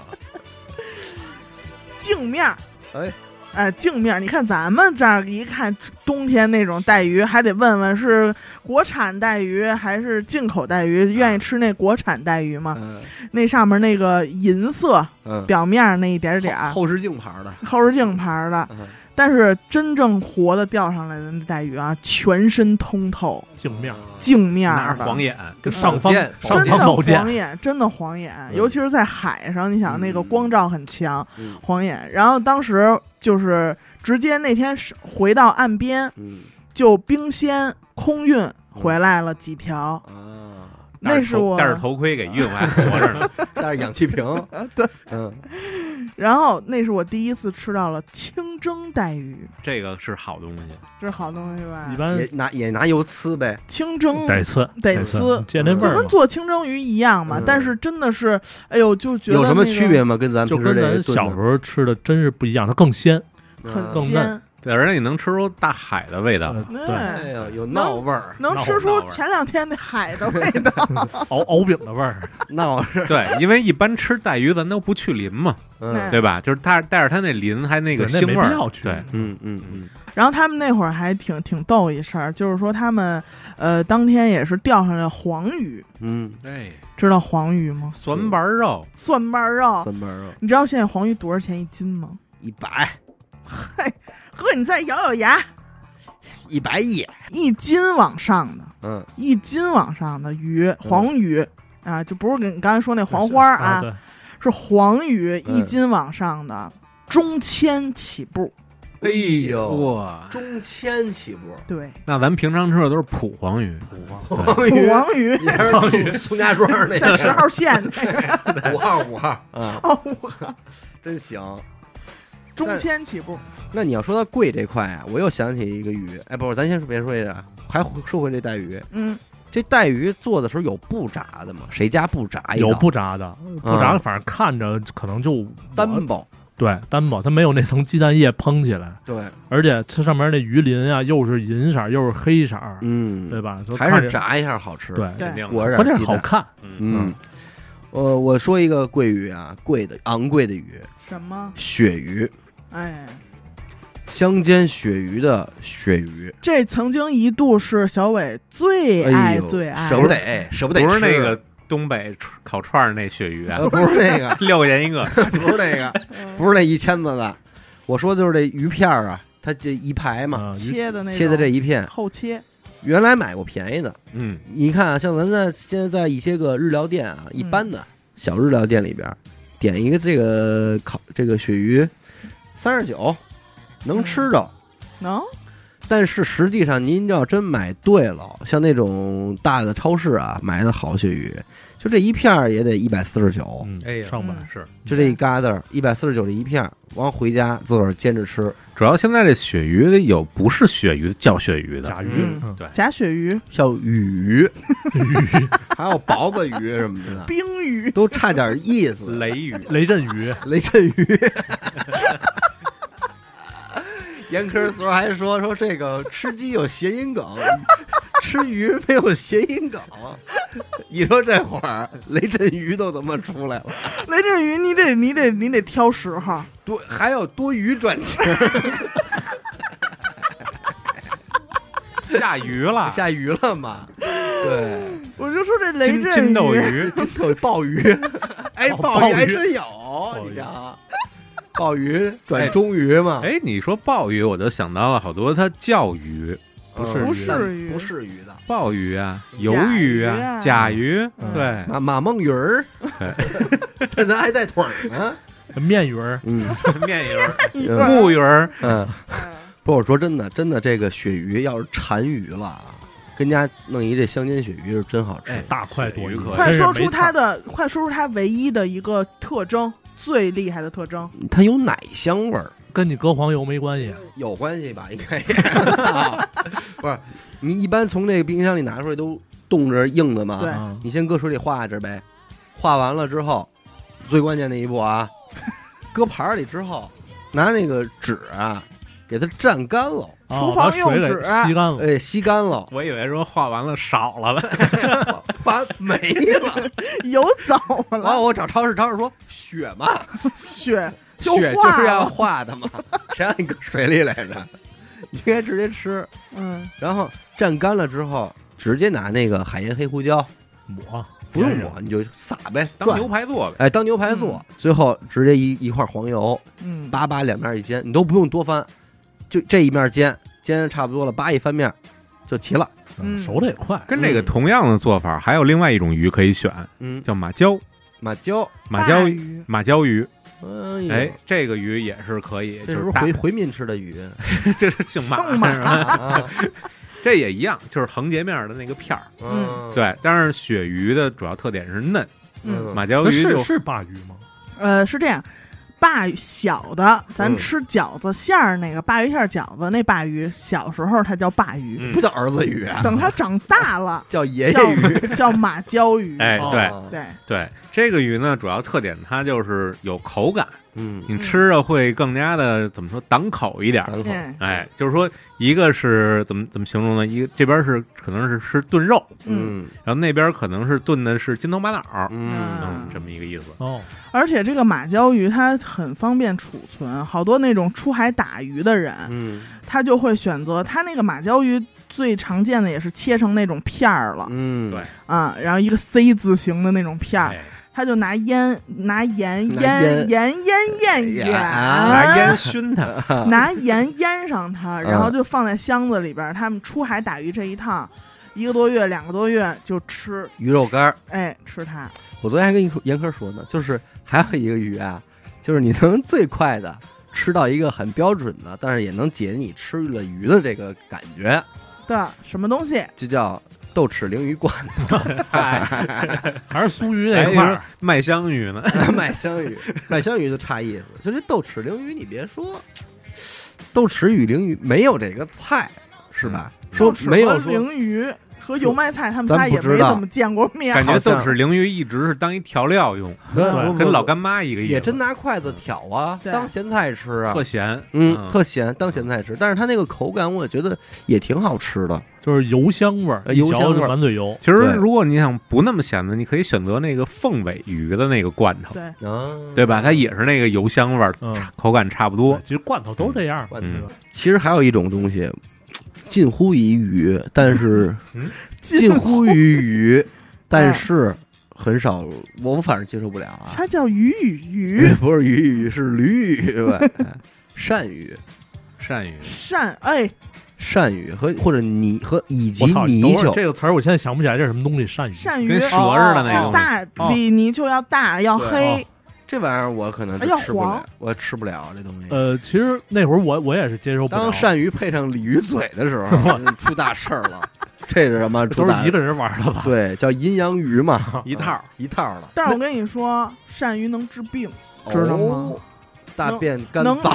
B: 镜面儿，
A: 哎
B: 哎，镜面，你看咱们这儿一看，冬天那种带鱼，还得问问是国产带鱼还是进口带鱼，愿意吃那国产带鱼吗？
A: 嗯
B: 那上面那个银色
A: 嗯，
B: 表面那一点点儿
A: 后视镜牌的，
B: 后视镜牌儿的，
A: 嗯
B: 但是真正活的钓上来的那带鱼啊，全身通透，
C: 镜面
A: 啊
C: 儿
B: 镜面
D: 拿
B: 儿
D: 着
B: 的，
D: 黄眼，嗯
C: 跟上方
A: 宝剑
C: 上
B: 真
C: 方
B: 的
C: 宝剑
B: 晃，眼，真的晃眼，尤其是在海上，你想那个
A: 嗯
B: 光照很强，
A: 嗯
B: 晃眼。然后当时就是直接那天是回到岸边，
A: 嗯
B: 就冰鲜空运
C: 嗯
B: 回来了几条，
A: 啊，
B: 那是我
D: 戴着头盔给运我还活 着呢。
A: 带着氧气 瓶，对，嗯
B: 然后那是我第一次吃到了清蒸带鱼，
D: 这个是好东西，
B: 这是好东西吧
C: 一？般
A: 也拿也拿油呲呗，
B: 清蒸
C: 得呲
B: 得
C: 呲
B: 呲，
C: 见嗯那味
B: 就
C: 儿
B: 跟
C: 嘛，
B: 做清蒸鱼一样嘛，
A: 嗯
B: 但是真的是，哎呦，就觉得
A: 有什么
B: 那个
A: 区别吗？跟咱
C: 就
A: 平时
C: 跟
A: 这
C: 咱
A: 个炖
C: 小
A: 的
C: 时候吃的真是不一样，它更鲜。
B: 很
C: 更
B: 鲜
C: 嫩，
D: 对，而且你能吃出大海的味道
C: 呃，
B: 嗯
C: 对，
B: 对，
A: 哎呦，有闹味 儿，
B: 能
C: 闹
B: 吃
C: 味
B: 出
D: 儿
B: 前两天那海的味道。
C: 熬熬饼的味儿，
A: 闹味儿，
D: 对，因为一般吃带鱼咱都不去鳞嘛，
A: 嗯
D: 对吧？就是带带着它那鳞还那个
C: 对那没
D: 腥味
C: 必
D: 儿
C: 要，去
D: 对，
A: 嗯嗯嗯
B: 然后他们那会儿还挺挺逗一事儿，就是说他们呃当天也是钓上了黄鱼，
A: 嗯，
D: 哎，
B: 知道黄鱼吗？
D: 蒜瓣肉，
B: 蒜瓣肉，
A: 三瓣肉
B: 你知道现在黄鱼多少钱一斤吗？
A: 一百
B: 呵，你再咬咬牙，
A: 一百一，
B: 一斤往上的，
A: 嗯
B: 一斤往上的鱼，黄鱼。啊，就不是跟你刚才说那黄花儿啊，
C: 对，
B: 是黄鱼一
A: 嗯
B: 斤往上的，中千起步。
A: 哎呦
D: 哇，
A: 中千起步，
B: 对，
D: 那咱平常吃的都是普黄鱼，
A: 黄
B: 土
A: 鱼，
B: 黄 鱼
A: 你还是 宋宋家庄那
B: 在
A: 个
B: 十号线那个
A: 五号五号， 嗯，
B: 哦，我
A: 真行。
B: 中千起步。
A: 那你要说到贵这块啊，我又想起一个鱼，哎，不是，咱先别说这个，还说回这带鱼。
B: 嗯，
A: 这带鱼做的时候有不炸的吗？谁家不炸一道
C: 有不炸的，不炸的，反正看着可能就
A: 单薄，
C: 对单薄，它没有那层鸡蛋液蓬起来，
A: 对，
C: 而且它上面那鱼鳞啊，又是银色儿又是黑色儿，
A: 嗯，
C: 对吧？就
A: 还
C: 看
A: 是
C: 着
A: 炸一下好吃。，
C: 对，
B: 对
D: 肯定
A: 裹
D: 的，
A: 着
C: 关
A: 点
C: 键
A: 鸡
C: 是好
A: 蛋。
C: 看，
A: 嗯，呃，我说一个贵鱼啊，贵的昂贵的鱼，
B: 什么？
A: 鳕鱼，
B: 哎，
A: 香煎鳕鱼的鳕鱼，
B: 这曾经一度是小伟最
A: 哎
B: 爱
A: 呦，
B: 最爱，
A: 舍不得，哎舍不得，啊
D: 不是那个，东北串烤串儿那鳕鱼啊，
A: 呃，不是那个，
D: 六块钱一个，
A: 不是那个，
B: 嗯
A: 不是那一签子的。我说就是这鱼片儿啊，它这一排嘛，
C: 嗯鱼
B: 切的那种
A: 切的这一片，
B: 后切，
A: 原来买过便宜的，
D: 嗯，
A: 你看啊，像咱在现在在一些个日料店啊，一般的小日料店里边，点一个这个烤这个鳕鱼，三十九，能吃着。
B: 能
A: 但是实际上，您要真买对了，像那种大的超市啊，买的好鳕鱼，就这一片儿也得一百四十九，
C: 嗯
D: 哎，呀
C: 上百
B: 嗯
D: 是。
A: 就这一疙瘩一百四十九这一片儿，完回家自个儿煎着吃。
D: 主要现在这鳕鱼有不是鳕鱼叫鳕鱼的，
C: 甲鱼，
A: 嗯
C: 嗯
B: 假鳕鱼、
A: 像鱼、鱼， 还有饽饽鱼什么的，
B: 冰鱼，
A: 都差点意思。
D: 雷鱼，
C: 雷震鱼，
A: 雷震鱼。 严科昨儿还说说这个吃鸡有谐音梗，吃鱼没有谐音梗。你说这会儿雷震鱼都怎么出来了？
B: 雷震鱼，你得你得你得挑时候。
A: 多还有多余转情，
D: 下鱼 了，
A: 下鱼了嘛？对，
B: 我就说这雷
D: 金
B: 震
D: 金斗
B: 鱼，
D: 鱼，呃
A: 这头鲍鱼，哎，
C: 鲍
A: 鲍鱼还
C: 鱼
A: 真有，
C: 鱼
A: 你想啊，鲍鱼转中鱼嘛？
D: 哎，你说鲍鱼，我就想到了好多，它叫鱼，
A: 嗯，
D: 不
B: 是鱼
A: 不是鱼的。
D: 鲍鱼啊，鱿鱼
B: 甲
D: 啊，甲鱼，
B: 嗯
D: 对，
A: 马马梦鱼儿， 这咱还带腿儿呢。
C: 面鱼儿，
A: 嗯
D: 面鱼儿、
B: 你
A: 嗯
B: 说
D: 木鱼儿，
A: 嗯，
B: 哎
A: 不，我说真的，真的，这个鳕鱼要是馋鱼了啊，跟家弄一这香煎鳕鱼是真好吃。
D: 哎
C: 大快朵颐，
D: 鱼可以
B: 快
C: 真是
B: 说
C: 没
B: 出它的，快说出它唯一的一个特征，最厉害的特征。
A: 它有奶香味儿，
C: 错跟你搁黄油没关系，
A: 有关系吧？应 该也不是。你一般从这个冰箱里拿出来都冻着硬的嘛，
B: 对
C: 嗯
A: 你先搁水里化着呗，化完了之后，最关键的一步啊， 搁盘儿里之后，拿那个纸啊，给它蘸干了，
C: 哦
B: 厨房
C: 把水
B: 用
C: 给
B: 纸
C: 吸干了，
A: 哎，吸干 了，
D: 我以为说画完了少了了，
A: 完没了。
B: 游走
A: 完，
B: 了，
A: 我找超市，超市说血嘛，
B: 雪就
A: 血
B: 化
A: 就是要
B: 了
A: 化 的嘛，谁让你搁水里来着？你应该直接吃，
B: 嗯，
A: 然后蘸干了之后，直接拿那个海盐黑胡椒，
C: 抹
A: 不用
C: 煎上
A: 抹，你就撒呗，
D: 当
A: 转
D: 牛，排嗯做呗。
A: 哎，当牛排做，最后直接一一块黄油，
B: 嗯，
A: 叭叭两面一煎，你都不用多翻，就这一面煎，煎的差不多了，叭一翻面就齐了。
C: 嗯
B: 嗯
C: 熟的也快。
D: 跟这个同样的做法，还有另外一种鱼可以选，
A: 嗯，
D: 叫马鲛，
A: 马椒，
D: 马鲛鱼，
B: 鱼，
D: 马鲛鱼，
A: 哎
D: 哎
A: 呦，，
D: 这个鱼也是可以，
A: 这
D: 就是
A: 不
D: 是
A: 是
D: 大
A: 回，回民吃的鱼
D: 就是姓马，
B: 姓马
D: 是吧
A: 啊？
D: 这也一样，就是横截面的那个片儿。
B: 嗯，
D: 对，但是鳕鱼的主要特点是嫩，
B: 嗯，
D: 马鲛
C: 那
D: 鱼
C: 是
D: 就是
C: 鲅鱼吗？
B: 呃，是这样。鲅鱼小的，咱
A: 嗯
B: 吃饺子馅儿那个鲅鱼馅儿饺子那鲅鱼，小时候它叫鲅鱼，
D: 嗯
A: 不叫儿子鱼啊，
B: 等它长大 了
A: 叫爷
B: 叫
A: 爷鱼。
B: 叫马鲛鱼。
D: 哎
C: 哦
D: 对
A: 对，
B: 对，
D: 对这个鱼呢，主要特点它就是有口感，
A: 嗯，
D: 你吃着会更加的怎么说挡口一点儿。
A: 咱口
B: 哎
D: 哎，就是说，一个是怎么怎么形容呢？一个这边是可能是是炖肉，
B: 嗯，
D: 然后那边可能是炖的是筋头巴脑儿，
A: 嗯，
D: 嗯，这么一个意思。
C: 哦，
B: 而且这个马鲛鱼它很方便储存，好多那种出海打鱼的人，
A: 嗯
B: 他就会选择他那个马鲛鱼最常见的也是切成那种片儿了、
A: 嗯，
D: 对
B: 啊，然后一个 C 字形的那种片
A: 啊
B: 儿，
D: 哎，
B: 他就拿烟拿盐
A: 拿
B: 腌
A: 烟哎
B: 盐腌腌腌，
A: 呀哎
D: 拿烟熏它，
A: 啊
B: 拿盐腌上它，然后就放在箱子里边儿。他们出海打鱼这一趟，一个多月、两个多月就吃，
A: 鱼肉干儿。
B: 哎，吃它。
A: 我昨天还跟严科说呢，就是还有一个鱼啊，就是你能最快的吃到一个很标准的，但是也能解你吃了鱼的这个感觉，
B: 的什么东西？
A: 就叫豆豉鲮鱼 罐
D: 哎，
C: 还是苏鱼那
D: 哎
C: 块
D: 你说
C: 儿，
D: 麦香鱼呢？
A: 头麦香 鱼。麦香鱼就差意思，就这豆豉鲮鱼，你别说，豆豉与鲮鱼没有这个菜是吧？
D: 嗯
A: 说
B: 豆豉
A: 没有
B: 和
A: 说
B: 呃鲮鱼和油麦菜，他们
A: 咱
B: 仨
A: 不
B: 也
A: 知
B: 没
A: 道
B: 怎么见过面
D: 感。觉
A: 好
D: 豆
A: 像
D: 豉鲮鱼一直是当一调料用，
A: 不不
D: 跟老
A: 不
D: 干妈一个意思，
A: 也真拿筷子挑啊，
B: 对
A: 当咸菜吃啊
D: 特。咸，
A: 嗯，特咸，当咸菜吃，但是它那个口感，我觉得也挺好吃的。
C: 就是油香味儿，
A: 呃
C: 一
A: 油
C: 嚼
A: 香
C: 就
A: 味儿
C: 满嘴油。
D: 其实
A: 对
D: 如果你想不那么咸的，你可以选择那个凤尾鱼的那个罐头，
B: 对，
A: 啊，
D: 对吧？它也是那个油香味儿，
C: 嗯，
D: 口感差不多。
C: 其实罐头都这样，
A: 罐
D: 头
C: 对吧
A: 其实还有一种东西，近乎于鱼，但 是
B: 近
A: 近乎于鱼，但
B: 哎
A: 是很少，我反正接受不了啊。
B: 它叫鱼与鱼
A: 不是鱼与鱼，是驴与鱼吧？ 鳝鱼、
D: 鳝鱼
B: 鳝，哎，
A: 鳝鱼和或者泥和以及
C: 我操，
A: 泥
C: 等会儿
A: 鳅，
C: 这个词儿我现在想不起来这是什么东西，鳝鱼。
B: 鳝鱼
D: 跟蛇
B: 是
D: 似的
C: 哦
D: 那个东西，
B: 大，
C: 哦
B: 比泥鳅要大，要
A: 对
B: 黑
C: 哦。
A: 这玩意儿我可能是
B: 哎呀
A: 吃不了
B: 黄，
A: 我吃不了这东西。
C: 呃，其实那会儿我我也是接受不了
A: 当，鳝鱼配上鲤鱼嘴的时候，出大事儿了。这是什么？
C: 都
A: 出大
C: 是一个人玩 的吧？
A: 对，叫阴阳鱼 嘛，
D: 一套。
A: 一套的，
B: 但是我跟你说，鳝鱼能治病，知道吗
A: 哦？大
B: 能
A: 便干
B: 能
A: 燥，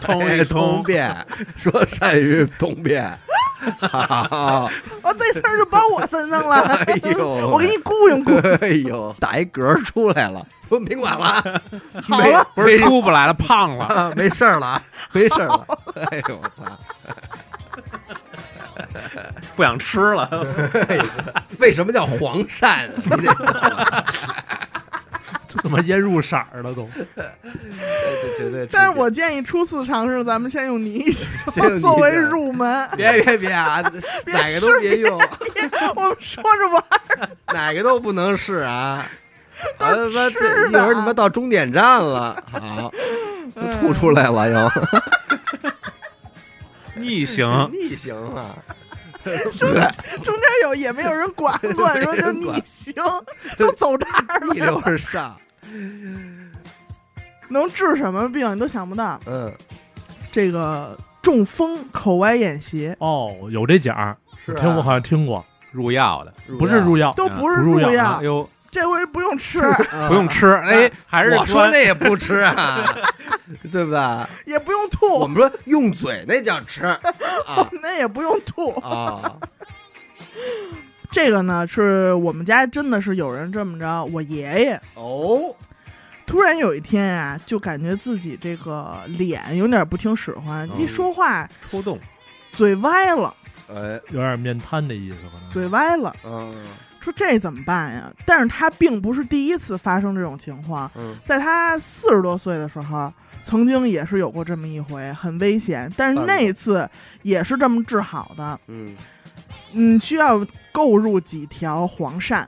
D: 通一
A: 哎 通
D: 通，
A: 便， 说鳝鱼通便，好，
B: 哦，这事儿就包我身上了。
A: 哎呦，
B: 我给你雇佣雇佣，
A: 哎呦，打一嗝出来了，不用甭管了，
B: 好了，
D: 不是出不来了，胖了。
A: 啊，没事儿了， 啊，没事儿了。哎呦，我操！
D: 不想吃了，
A: 为什么叫黄鳝？啊你得
C: 这他妈腌入色儿了都。
A: 这绝对。
B: 但是我建议初次尝试，咱们先用泥
A: 先用泥
B: 作为
A: 鳅
B: 入门。
A: 别别别啊，哪个都别用，
B: 我们说着玩儿，
A: 哪个都不能试 啊。啊他妈
B: 吃
A: 这一会
B: 的
A: 儿你们到终点站了， 好，
B: 嗯
A: 吐出来了又。
D: 逆
B: 嗯
D: 行。
A: 逆行啊！
B: 中间有也没有人管管，说就逆行，都走这儿
A: 逆
B: 了，
A: 流而 上，
B: 能治什么病你都想不到。
A: 嗯，
B: 这个中风、口歪眼斜
C: 哦，有这讲儿，
A: 是啊
C: 听我好像听过，
D: 入药的，
C: 不是入药，
B: 都不是
C: 不入药
B: 药
D: 哎，呦，
B: 这回不用吃，
A: 药
D: 不用吃，哎，还是
A: 啊我说那也不吃啊， 对吧？
B: 也不用
A: 我
B: 吐，
A: 们说用嘴那叫吃啊
B: 那也不用吐。
A: 啊，
B: 这个呢，是我们家真的是有人这么着，我爷爷
A: 哦，
B: 突然有一天啊，就感觉自己这个脸有点不听使唤，一说话
D: 抽动，
B: 嘴歪了，
A: 哎，
C: 有点面瘫的意思，可能。
B: 嘴歪了。
A: 嗯，
B: 说这怎么办呀？但是他并不是第一次发生这种情况，
A: 嗯
B: 在他四十多岁的时候，曾经也是有过这么一回，很危险，但是
A: 犯
B: 那
A: 过
B: 次也是这么治好的。
A: 嗯，
B: 嗯，需要购入几条黄鳝，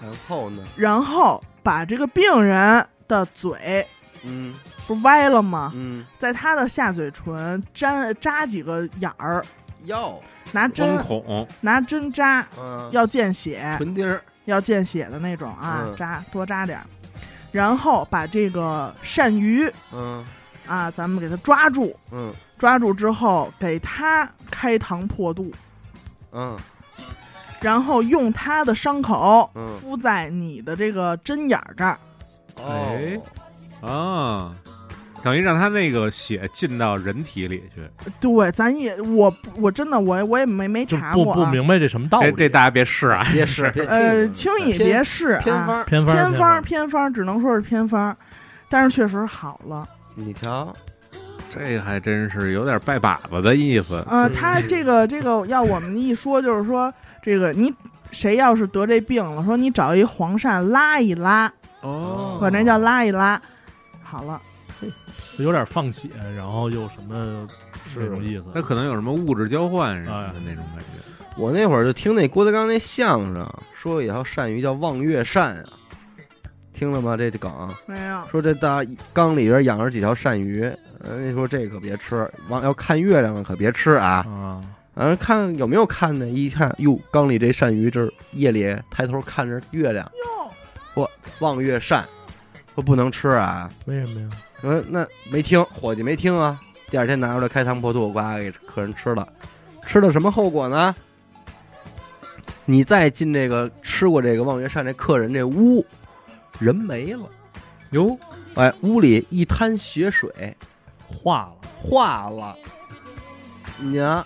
A: 然后呢？
B: 然后把这个病人的嘴
A: 嗯
B: 不是歪了吗？
A: 嗯，
B: 在他的下嘴唇粘扎几个眼儿，
A: 药，
B: 拿针
D: 针孔，
B: 拿针扎，
A: 嗯，
B: 要见血，
A: 唇钉儿，
B: 要见血的那种啊，
A: 嗯
B: 扎多扎点儿，然后把这个鳝鱼
A: 嗯
B: 啊，咱们给它抓住，
A: 嗯
B: 抓住之后给它开膛破肚，
A: 嗯
B: 然后用它的伤口
A: 嗯
B: 敷在你的这个针眼儿这儿，哎
A: 哦，
D: 啊，等于让他那个血进到人体里去。
B: 对，咱也我我真的我我也没没
C: 就
B: 查
C: 不
B: 过
C: 不
B: 啊，
C: 明哦白这什么道
D: 这
C: 理。
D: 哎这大家别试啊！
A: 别试，别
B: 呃，
A: 轻
B: 轻易
A: 偏
B: 别试啊，
A: 偏方儿，
C: 偏方
B: 偏
C: 偏
B: 方儿偏方儿，只能说是偏方儿，但是确实好了。
A: 你瞧，
D: 这还真是有点拜把子的意思。
B: 呃，
A: 嗯
B: 他这个这个要我们一说，就是说这个你谁要是得这病了，说你找一黄鳝拉一拉，
A: 哦
B: 管这叫拉一拉，好了。
C: 有点放血，然后又什么这种意思。
D: 那可能有什么物质交换什么的那种感觉。
A: 我那会儿就听那郭德纲那相声，说有条鳝鱼叫望月鳝啊，听了吗？这梗
B: 没有，
A: 说这大缸里边养着几条鳝鱼，呃，那说这可别吃，往要看月亮的可别吃啊，
C: 啊，
A: 嗯、看有没有看呢？一看，哟，缸里这鳝鱼这儿夜里抬头看着月亮，我望月鳝，说不能吃啊，
C: 为什么呀？
A: 说那没听，伙计没听啊，第二天拿出来开膛破肚，呱给客人吃了，吃了什么后果呢？你再进这个吃过这个望月鳝这客人这屋，人没了。
D: 哟，
A: 哎，屋里一滩血水
C: 化了，
A: 化了，你啊，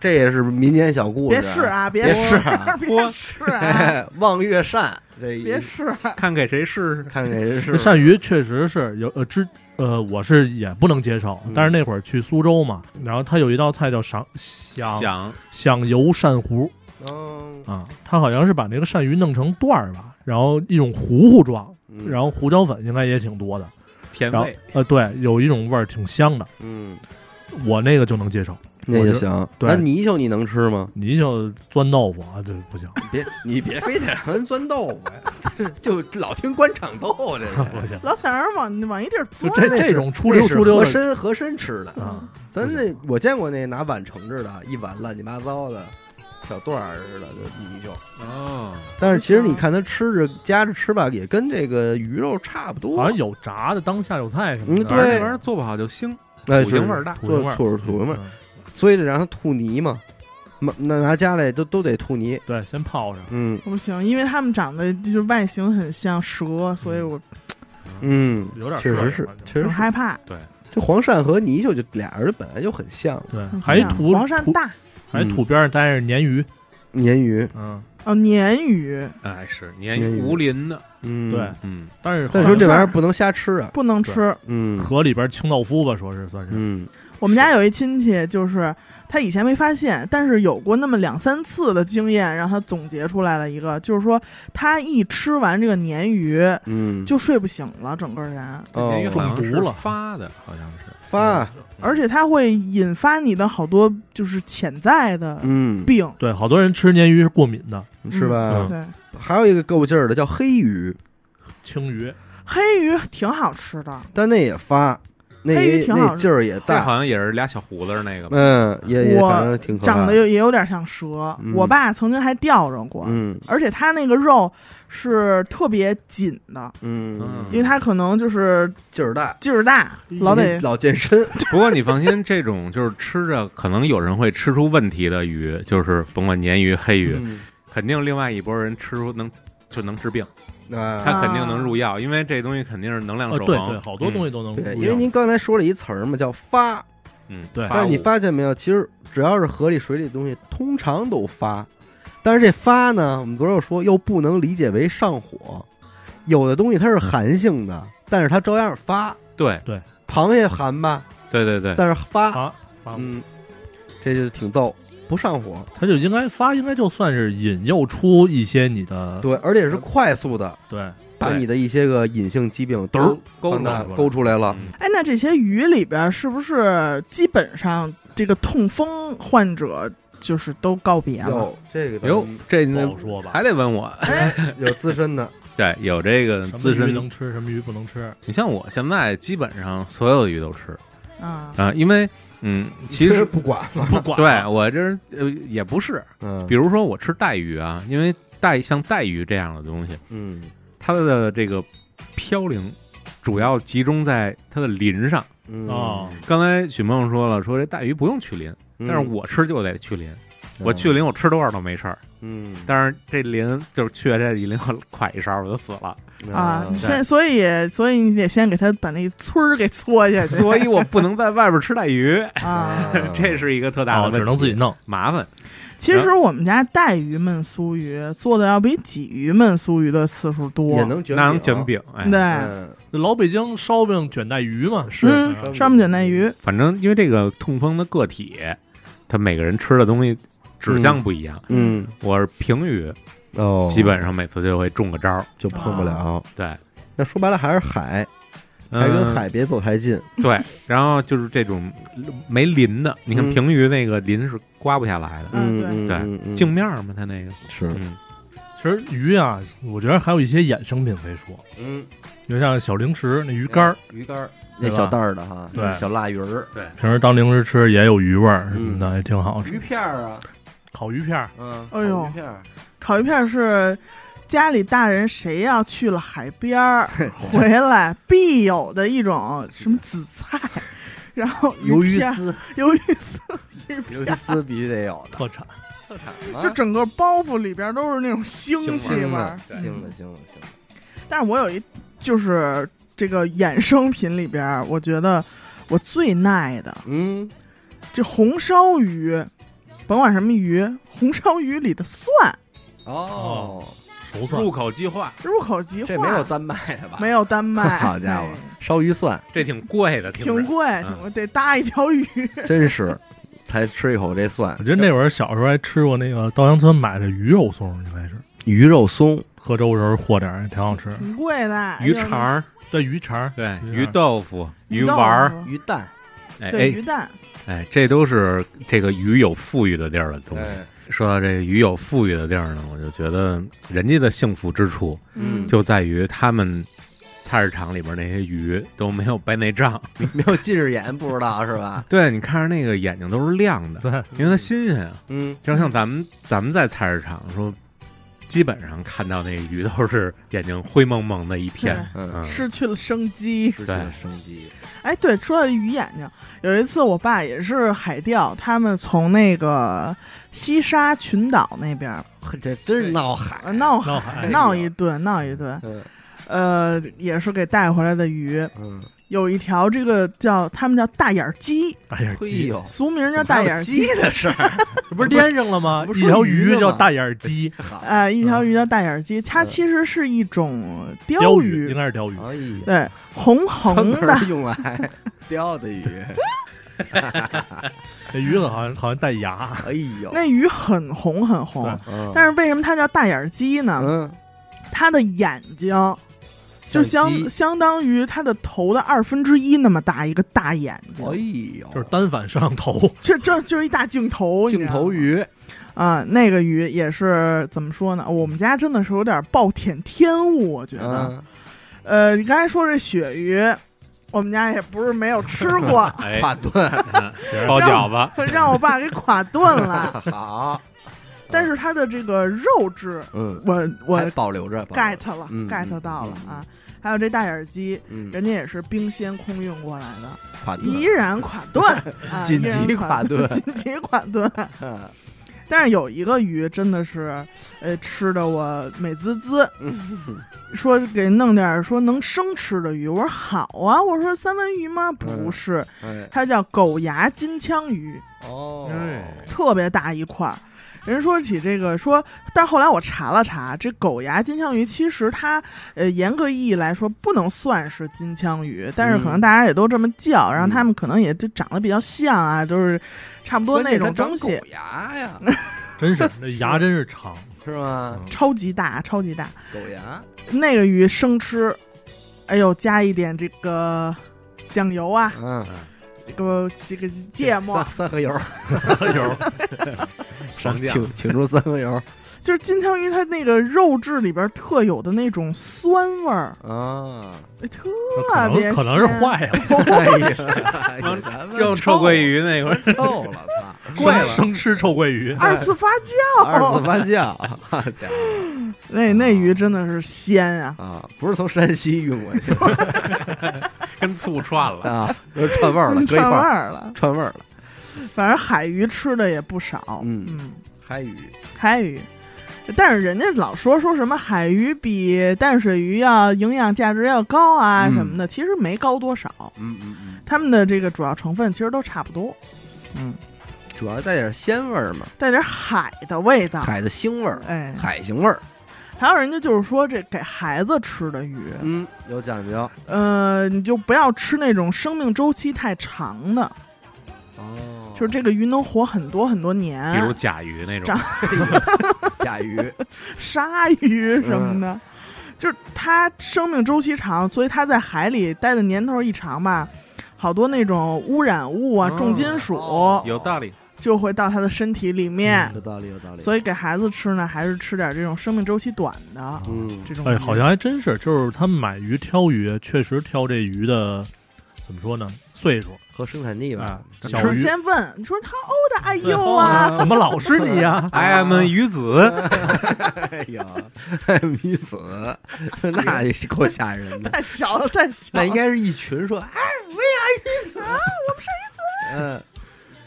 A: 这也是民间小故事。
B: 别试！啊，别
A: 别
B: 试
A: 试啊，
B: 别试 啊，
A: 哎，望月鳝，这一
B: 别 试啊，
D: 看给谁试试？
A: 看给人是
C: 那鳝鱼确实是有呃之呃，我是也不能接受
A: 嗯。
C: 但是那会儿去苏州嘛，然后他有一道菜叫赏响
D: 想
C: 响油鳝糊
A: 嗯，
C: 啊，他好像是把那个鳝鱼弄成段儿吧，然后一种糊糊状，
A: 嗯
C: 然后胡椒粉应该也挺多的，
D: 甜
C: 然后
D: 味，
C: 呃对，有一种味儿挺香的，
A: 嗯，
C: 我那个就能接受。
A: 那就行。
C: 对
A: 那泥鳅你能吃吗？
C: 你就钻豆腐啊，这不行，
A: 别，你别非得让人钻豆腐呀，就老听官场斗 这
C: 不行，
B: 老想让人往往一地儿
C: 就
B: 钻。
C: 这
A: 那是
C: 这种出溜出溜
A: 和
C: 的
A: 珅和珅吃的，
C: 啊，
A: 咱那我见过那拿碗盛着的，一碗乱七八糟的小段儿似的，就嗯泥鳅。
D: 哦，
A: 但是其实你看它吃着夹着吃吧，也跟这个鱼肉差不多，
C: 好像有炸的当下酒菜什么的，
A: 嗯
D: 反正
A: 对
D: 那玩意儿做不好就腥，
A: 哎
D: 土腥味儿大。
C: 土
A: 做
C: 腥味儿，
A: 土土腥味儿
C: 嗯，
A: 所以得让它吐泥嘛，那那拿家来都都得吐泥，
C: 对，先泡上，
A: 嗯
B: 不行，因为他们长得就是外形很像蛇，所以我
A: 嗯，
C: 有点
A: 确
C: 事儿
A: 实是
C: 反，正
A: 确实
B: 很
A: 是
B: 害怕。
A: 这黄鳝和泥鳅就俩人本来就很像，
C: 对
B: 很，
C: 还
B: 像
C: 土
B: 黄鳝
C: 土
B: 大
C: 还土边上待着鲶鱼，
A: 鲶鱼，
C: 嗯，
B: 哦，鲶鱼
D: 哎，是
A: 鲶
D: 鲶
A: 鱼
D: 无鳞的，
A: 嗯
C: 对。
D: 嗯，
C: 但是
A: 但
B: 是
A: 说这玩意儿不能瞎吃啊，
B: 不能吃。
A: 嗯
C: 河里边清道夫吧，说是算是，
A: 嗯
B: 我们家有一亲戚，就是他以前没发现，但是有过那么两三次的经验，让他总结出来了一个，就是说他一吃完这个鲶鱼
A: 嗯，
B: 就睡不醒了，整个
C: 嗯
B: 人，
A: 哦
D: 鲶鱼好像
C: 中
D: 是
C: 毒了
D: 发的，好像是
A: 发，
B: 而且它会引发你的好多就是潜在的
A: 嗯，
B: 病，
C: 对，好多人吃鲶鱼是过敏的，
A: 是吧
C: 嗯？
B: 对。
A: 还有一个够劲儿的叫黑鱼，
C: 青鱼，
B: 黑鱼挺好吃的，
A: 但那也发，那
B: 黑鱼
A: 也
B: 挺好
A: 那劲儿也
D: 这
A: 大，
D: 好像也是俩小胡子儿那个吧？
A: 嗯，也也
B: 我
A: 反正挺可
B: 长
A: 怕
B: 得，有也有点像蛇。
A: 嗯
B: 我爸曾经还钓着过，
A: 嗯
B: 而且它那个肉是特别紧的，
A: 嗯，
B: 因为它可能就是
A: 劲儿大，
B: 劲儿大，老得
A: 老健身，
D: 不过你放心，这种就是吃着可能有人会吃出问题的鱼， 就是甭管鲶鱼、黑鱼，
A: 嗯
D: 肯定另外一拨人吃出能就能治病，
A: 啊，
D: 它肯定能入药，因为这东西肯定是能量
C: 呃，
D: 守
C: 对
D: 恒。
C: 对，好多东
D: 西，
C: 西都能
A: 对，
C: 入
A: 因为
C: 药
A: 您刚才说了一词儿嘛，叫发，
D: 嗯，
C: 对
D: 发
A: 但是你
D: 物
A: 发现没有，其实只要是河里、水里的东西，通常都发，但是这发呢，我们昨儿又说又不能理解为上火，有的东西它是寒性的，但是它照样发，
D: 对
A: 螃蟹寒吧，
D: 对对对，
A: 但是发，
C: 发发
A: 嗯，这就挺逗，不上火，
C: 它就应该发，应该就算是引诱出一些你的
D: 嗯
A: 对，而且是快速的，
C: 对
A: 把你的一些个隐性疾病嘚
D: 勾
A: 儿
D: 勾
A: 帮它
C: 出来
A: 勾出来了。
D: 嗯
B: 哎，那这些鱼里边是不是基本上这个痛风患者就是都告
D: 嗯
B: 别了？
A: 有 这个
D: 哟
A: 有，
D: 这
C: 不
D: 那
C: 好说吧。
D: 还得问我。
A: 有资深的，
D: 对，有这个
C: 什
D: 资
C: 么鱼
D: 深。
C: 能吃，什么鱼不能 吃？
D: 你像我现在基本上所有的鱼都吃
B: 啊，
D: 啊，因为嗯，其实
A: 不啊管了。
C: 不管
D: 对我这儿呃也不是，
A: 嗯，
D: 比如说我吃带鱼啊，因为带像带鱼这样的东西，
A: 嗯
D: 它的这个嘌呤主要集中在它的鳞上。
A: 嗯
C: 啊，
D: 刚才许梦说了，说这带鱼不用去鳞，
A: 嗯
D: 哦但是我吃就得去鳞。我去，鳞，我吃多少都没事儿，
A: 嗯
D: 但是这鳞就是缺这一鳞，我㧟一勺我就死 了，
A: 嗯
B: 啊，
A: 嗯
B: 所以所以所以你得先给他把那村儿给搓下去
D: 所以我不能在外边吃 带鱼，
B: 啊。
A: 嗯
D: 这是一个特大的
C: 哦，
D: 问题，
C: 只能自己弄。
D: 麻烦。
B: 其实我们家带鱼焖酥鱼做的要比鲫鱼焖酥鱼的次数多，
A: 也能卷
D: 那能卷，饼，哎，
B: 对，
A: 嗯
C: 那老北京烧饼卷带鱼嘛，是
B: 嗯
C: 反正
B: 上面卷带鱼，
D: 反正因为这个痛风的个体，他每个人吃的东西指向不一样。
A: 嗯
D: 我是平鱼，
A: 哦，
D: 基本上每次就会中个招儿。
A: 就碰不了。
D: 对，
A: 那说白了还是海，还跟
D: 嗯
A: 海别走太近。
D: 对，然后就是这种没鳞的，你看
A: 嗯
D: 平鱼那个鳞是刮不下来的，
A: 嗯
B: 嗯
D: 对
A: 嗯嗯
D: 镜面儿嘛，它那个，
A: 是，
D: 嗯，
C: 其实鱼啊，我觉得还有一些衍生品可以说，
A: 嗯，
C: 就像小零食那鱼干儿，
A: 鱼竿儿，那
C: 对吧
A: 小袋儿的哈，
C: 对
A: 小辣鱼儿，
C: 平时当零食吃也有鱼味儿什么的，也挺好吃。
A: 鱼片儿啊，
C: 烤鱼片儿，
A: 嗯，
B: 哎呦
A: 鱼片儿，
B: 烤鱼片是家里大人谁要去了海 边儿回来必有的一种什么紫菜，然后
A: 鱿鱼
B: 片儿、
A: 丝，
B: 鱿鱼丝、鱼
A: 鱿
B: 片
A: 鱼
B: 儿，
A: 丝必须得有的，
C: 特产。
A: 特产
B: 就整个包袱里边都是那种腥气
A: 啊腥嗯
B: 味
A: 的
B: 儿，。
A: 腥的，腥的，腥的，
B: 但是我有一就是这个衍生品里边儿，我觉得我最耐的
A: 嗯，
B: 这红烧鱼，甭管什么鱼，红烧鱼里的蒜
A: 哦，
C: 熟蒜
D: 入口即化，
B: 入口即化，
A: 这没有丹麦的吧？
B: 没有丹 麦，
A: 好家伙
B: 对，
A: 烧鱼蒜
D: 这挺贵的，听着
B: 挺贵，
D: 嗯
B: 挺贵，得搭一条鱼。
A: 真是，才吃一口这蒜
C: 我，觉得那会儿小时候还吃过那个稻香村买的鱼肉松，应该是
A: 鱼肉松，
C: 喝粥时候和点儿，挺好吃。
B: 挺贵的，
D: 嗯
B: 哎
D: 鱼肠儿，
C: 对鱼肠儿，
D: 对，
C: 鱼
D: 鱼
C: 儿
D: 豆腐、
B: 鱼
D: 鱼
B: 豆
D: 丸儿，
B: 腐
A: 鱼蛋，
D: 哎
B: 对
D: 哎
B: 鱼蛋，
D: 哎，这都是这个鱼有富裕的地儿的东西。
A: 哎，
D: 说到这鱼有富裕的地儿呢，我就觉得人家的幸福之处
A: 嗯
D: 就在于他们菜市场里边那些鱼都没有白内障。
A: 没有近视眼不知道是吧？
D: 对你看着那个眼睛都是亮的，
C: 对，
D: 因为它新鲜啊。
A: 嗯，
D: 就像咱们咱们在菜市场说，基本上看到那鱼都是眼睛灰蒙蒙的一片。
A: 嗯
D: 嗯，，
B: 失去了生机。
A: 失去了生机，
B: 哎，对，说到鱼眼睛，有一次我爸也是海钓，他们从那个西沙群岛那边儿
A: 呵这真是闹海，
B: 呃闹
C: 闹海
B: 闹一顿，闹一顿，
A: 嗯
B: 呃，也是给带回来的鱼，
A: 嗯，
B: 有一条这个叫他们叫大眼儿鸡，
C: 大眼儿
A: 哎
C: 鸡，
A: 呦，
B: 俗名叫大眼儿
A: 鸡
B: 鸡，
A: 的事儿，
C: 这不是连上了吗？
A: 不
C: 一
A: 是
C: 条
A: 鱼
C: 鱼
A: 吗
C: 叫大眼儿鸡，
A: 好
B: 呃，一条鱼叫大眼儿鸡，它
A: 嗯
B: 其实是一种
C: 鲷
B: 鲷
C: 鱼应该是鲷鱼，
A: 哎呀，
B: 对，红
A: 专
B: 红
A: 门
B: 的
A: 儿，用来啊 钓的鱼，
C: 那鱼好像好像带牙，
A: 哎呦，
B: 那鱼很红很红
C: 对。
A: 但
B: 但是为什么它叫大眼儿鸡呢？
A: 嗯，
B: 它的眼睛就相
A: 鸡
B: 相当于它的头的二分之一那么大一个大眼睛
A: 哎，呦，
C: 就是单反摄像头，
B: 这这就是一大镜头，你
A: 镜
B: 知道
A: 头
B: 吗
A: 鱼，
B: 啊，那个鱼也是怎么说呢？我们家真的是有点暴殄天物，我觉得。
A: 嗯，
B: 呃，你刚才说这鳕鱼，我们家也不是没有吃过
D: 哎，
A: 法盾，
D: 包饺子，
B: 让我爸给垮炖了。
A: 好，
B: 但是它的这个肉质，
A: 嗯，
B: 我我
A: 还保留着保留着
B: get 了
A: 嗯
B: ，get
A: 嗯
B: 到
A: 嗯
B: 了
A: 嗯
B: 啊。还有这大眼鸡，
A: 嗯，
B: 人家也是冰鲜空运过来的，
A: 法盾，
B: 依然垮 炖，啊
A: 紧
B: 依然
A: 急垮
B: 垮
A: 炖
B: 紧急垮炖。
A: 嗯
B: 但是有一个鱼真的是，呃，吃的我美滋滋，
A: 嗯
B: 说给弄点儿说能生吃的鱼，我说好啊，我说三文鱼
A: 嗯
B: 吗？不是，
A: 哎，
B: 它叫狗牙金枪鱼，
A: 哦，
D: 哎
B: 特别大一块儿。人说起这个说，但后来我查了查，这狗牙金枪鱼其实它呃严格意义来说不能算是金枪鱼，但是可能
A: 嗯
B: 大家也都这么叫，然后
A: 嗯
B: 他们可能也就长得比较像啊，都啊是差不多
A: 关
B: 那
A: 键它
B: 种
A: 长
B: 东
A: 狗
B: 西，
A: 牙呀，
C: 真是那牙真是长，
A: 是吗？
C: 嗯
B: 超级大，超级大。
A: 狗牙，
B: 那个鱼生吃，哎呦，加一点这个酱油啊，
A: 嗯，
B: 这个这个芥末啊
A: 三，三合油，
C: 有
D: 上酱
A: 请请出三合油
B: 就是金枪鱼它那个肉质里边特有的那种酸味儿，
A: 啊！
B: 哎特
C: 可
B: 别
C: 能可能是
B: 鲜
C: 坏了，
A: 哎呀，
D: 正臭鳜鱼那会儿，
A: 臭了，操！
D: 贵了
C: 生吃臭鳜 鱼，
B: 二次发酵，
A: 二次发酵，好家伙
B: 那那鱼真的是鲜啊！
A: 啊！不是从山西运过去的
D: 跟醋串了。
A: 啊，都是串味儿了，搁一
B: 串味
A: 块儿
B: 儿了，
A: 串味儿了。
B: 反正海鱼吃的也不少，
A: 嗯
B: 嗯，
A: 嗨鱼，
B: 海鱼，但是人家老说说什么海鱼比淡水鱼要营养价值要高啊
A: 嗯
B: 什么的，其实没高多少，
A: 嗯嗯嗯，
B: 它们的这个主要成分其实都差不多，嗯，
A: 主要是带点鲜味儿嘛，
B: 带点海的味道，
A: 海的腥味儿，
B: 哎，
A: 海腥味儿，
B: 还有人家就是说这给孩子吃的鱼，
A: 嗯，有讲究
B: 呃，你就不要吃那种生命周期太长的，
A: 哦
B: 就是这个鱼能活很多很多年，
A: 嗯
D: 比如甲鱼那种
B: 长，
A: 甲鱼，
B: 鲨鱼什么的，
A: 嗯
B: 就是它生命周期长，所以它在海里待的年头一长吧，好多那种污染物啊、
D: 哦
B: 重金属、
A: 嗯哦嗯
D: 有道理。？
B: 就会到它的身体里面。
A: 有道理，有道理。
B: 所以给孩子吃呢，还是吃点这种生命周期短的
A: 嗯，
B: 这种鱼。
C: 哎，好像还真是，就是他们买鱼挑鱼，确实挑这鱼的怎么说呢？岁数
A: 和生产力吧
C: 啊，，小
B: 吃
C: 鱼
B: 先问你说他哦的哎呦
A: 哦
B: 啊，
C: 怎么老是你啊呀
D: I am 鱼
A: 嗯
D: 子，
A: 哎呀，鱼子，那也够吓人的。
B: 太小了，太小
A: 那
B: 了。
A: 应该是一群说，哎，啊 我也爱鱼子，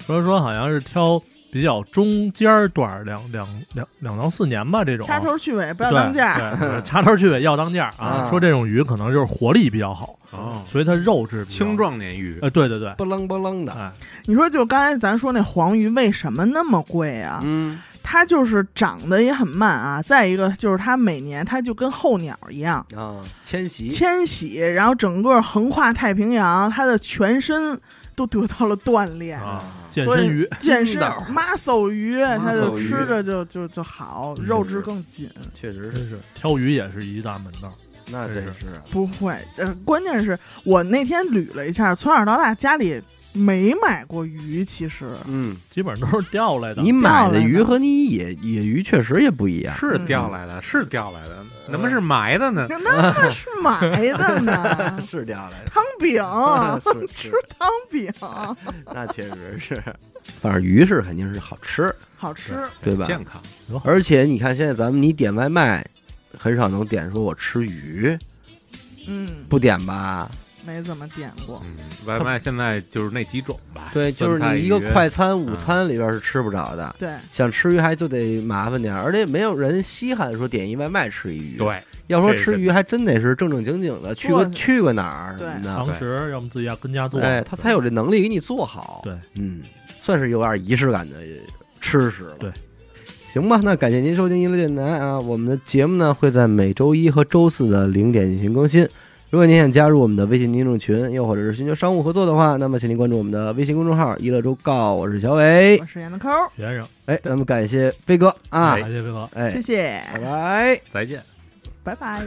C: 所以说好像是挑比较中间儿段儿两两两两到四年吧，这种
B: 掐头去尾，不
C: 对
B: 要当价。
C: 对， 对掐头去尾要当价啊
A: 啊。
C: 说这种鱼可能就是活力比较好，
A: 嗯
D: 哦
C: 所以它肉质比较
D: 青。壮年鱼，
C: 呃，对对
A: 我们是
C: 对
A: 一，不楞不楞的。
C: 哎，
B: 你说就刚才咱说那黄鱼为什么那么贵啊？
A: 嗯，
B: 它就是长得也很慢啊。再一个就是它每年它就跟候鸟一样
A: 啊，迁徙，
B: 迁徙，然后整个横跨太平洋，它的全身都得到了锻炼。
C: 啊，健
B: 所以
C: 身鱼，
B: 健身
A: 筋道
B: muscle 鱼，它就
A: muscle 鱼
B: 吃着就就就好，
C: 嗯
B: 肉质更紧。
A: 确实是，
C: 真是挑鱼也是一大门道。
A: 那真
C: 真
A: 是啊
B: 不会，呃，关键是我那天捋了一下，从小到大家里没买过鱼，其实
A: 嗯，
C: 基本上都是钓来的。
A: 你买的鱼和你野野鱼确实也不一样。
D: 是钓来的，是钓来
A: 嗯，
D: 的，怎么是埋的呢？
B: 那那是买的呢
A: 是钓来的，
B: 汤饼
A: 是
B: 吃
A: 是
B: 汤饼
A: 那确实是，反正鱼是肯定是好吃，
B: 好吃，
A: 对吧？
D: 健康，
A: 而且你看，现在咱们你点外卖，很少能点说我吃鱼，
B: 嗯，
A: 不点吧？
B: 没怎么点过。
D: 嗯，外卖现在就是那几种吧。
A: 对，就是
D: 酸菜
A: 你一个
D: 鱼
A: 快餐、午餐里边是吃不着的，
B: 对，
A: 想吃鱼还就得麻烦点儿，而且没有人稀罕说点一外卖吃一鱼。，
D: 对，
A: 要说
D: 这
A: 吃
D: 是
A: 鱼还真得是正正经经的，去过
B: 做
A: 去过哪儿
B: 对
A: 什么
C: 常
A: 的，
C: 识，要么自己家跟家做。
A: 哎，他才有这能力给你做好。
C: 对，
A: 嗯，算是有点仪式感的吃食了。
C: 对。
A: 行吧，那感谢您收听娱乐电台啊！我们的节目呢会在每周一和周四的零点进行更新。如果您想加入我们的微信听众群，又或者是寻求商务合作的话，那么请您关注我们的微信公众号“一乐周告”，我是小伟
B: 我。是闫德抠，
C: 先生，
A: 哎，咱们感谢飞哥啊！
C: 感谢飞哥。
A: 哎
B: 谢，谢，
A: 拜拜。
D: 再见。
B: 拜拜。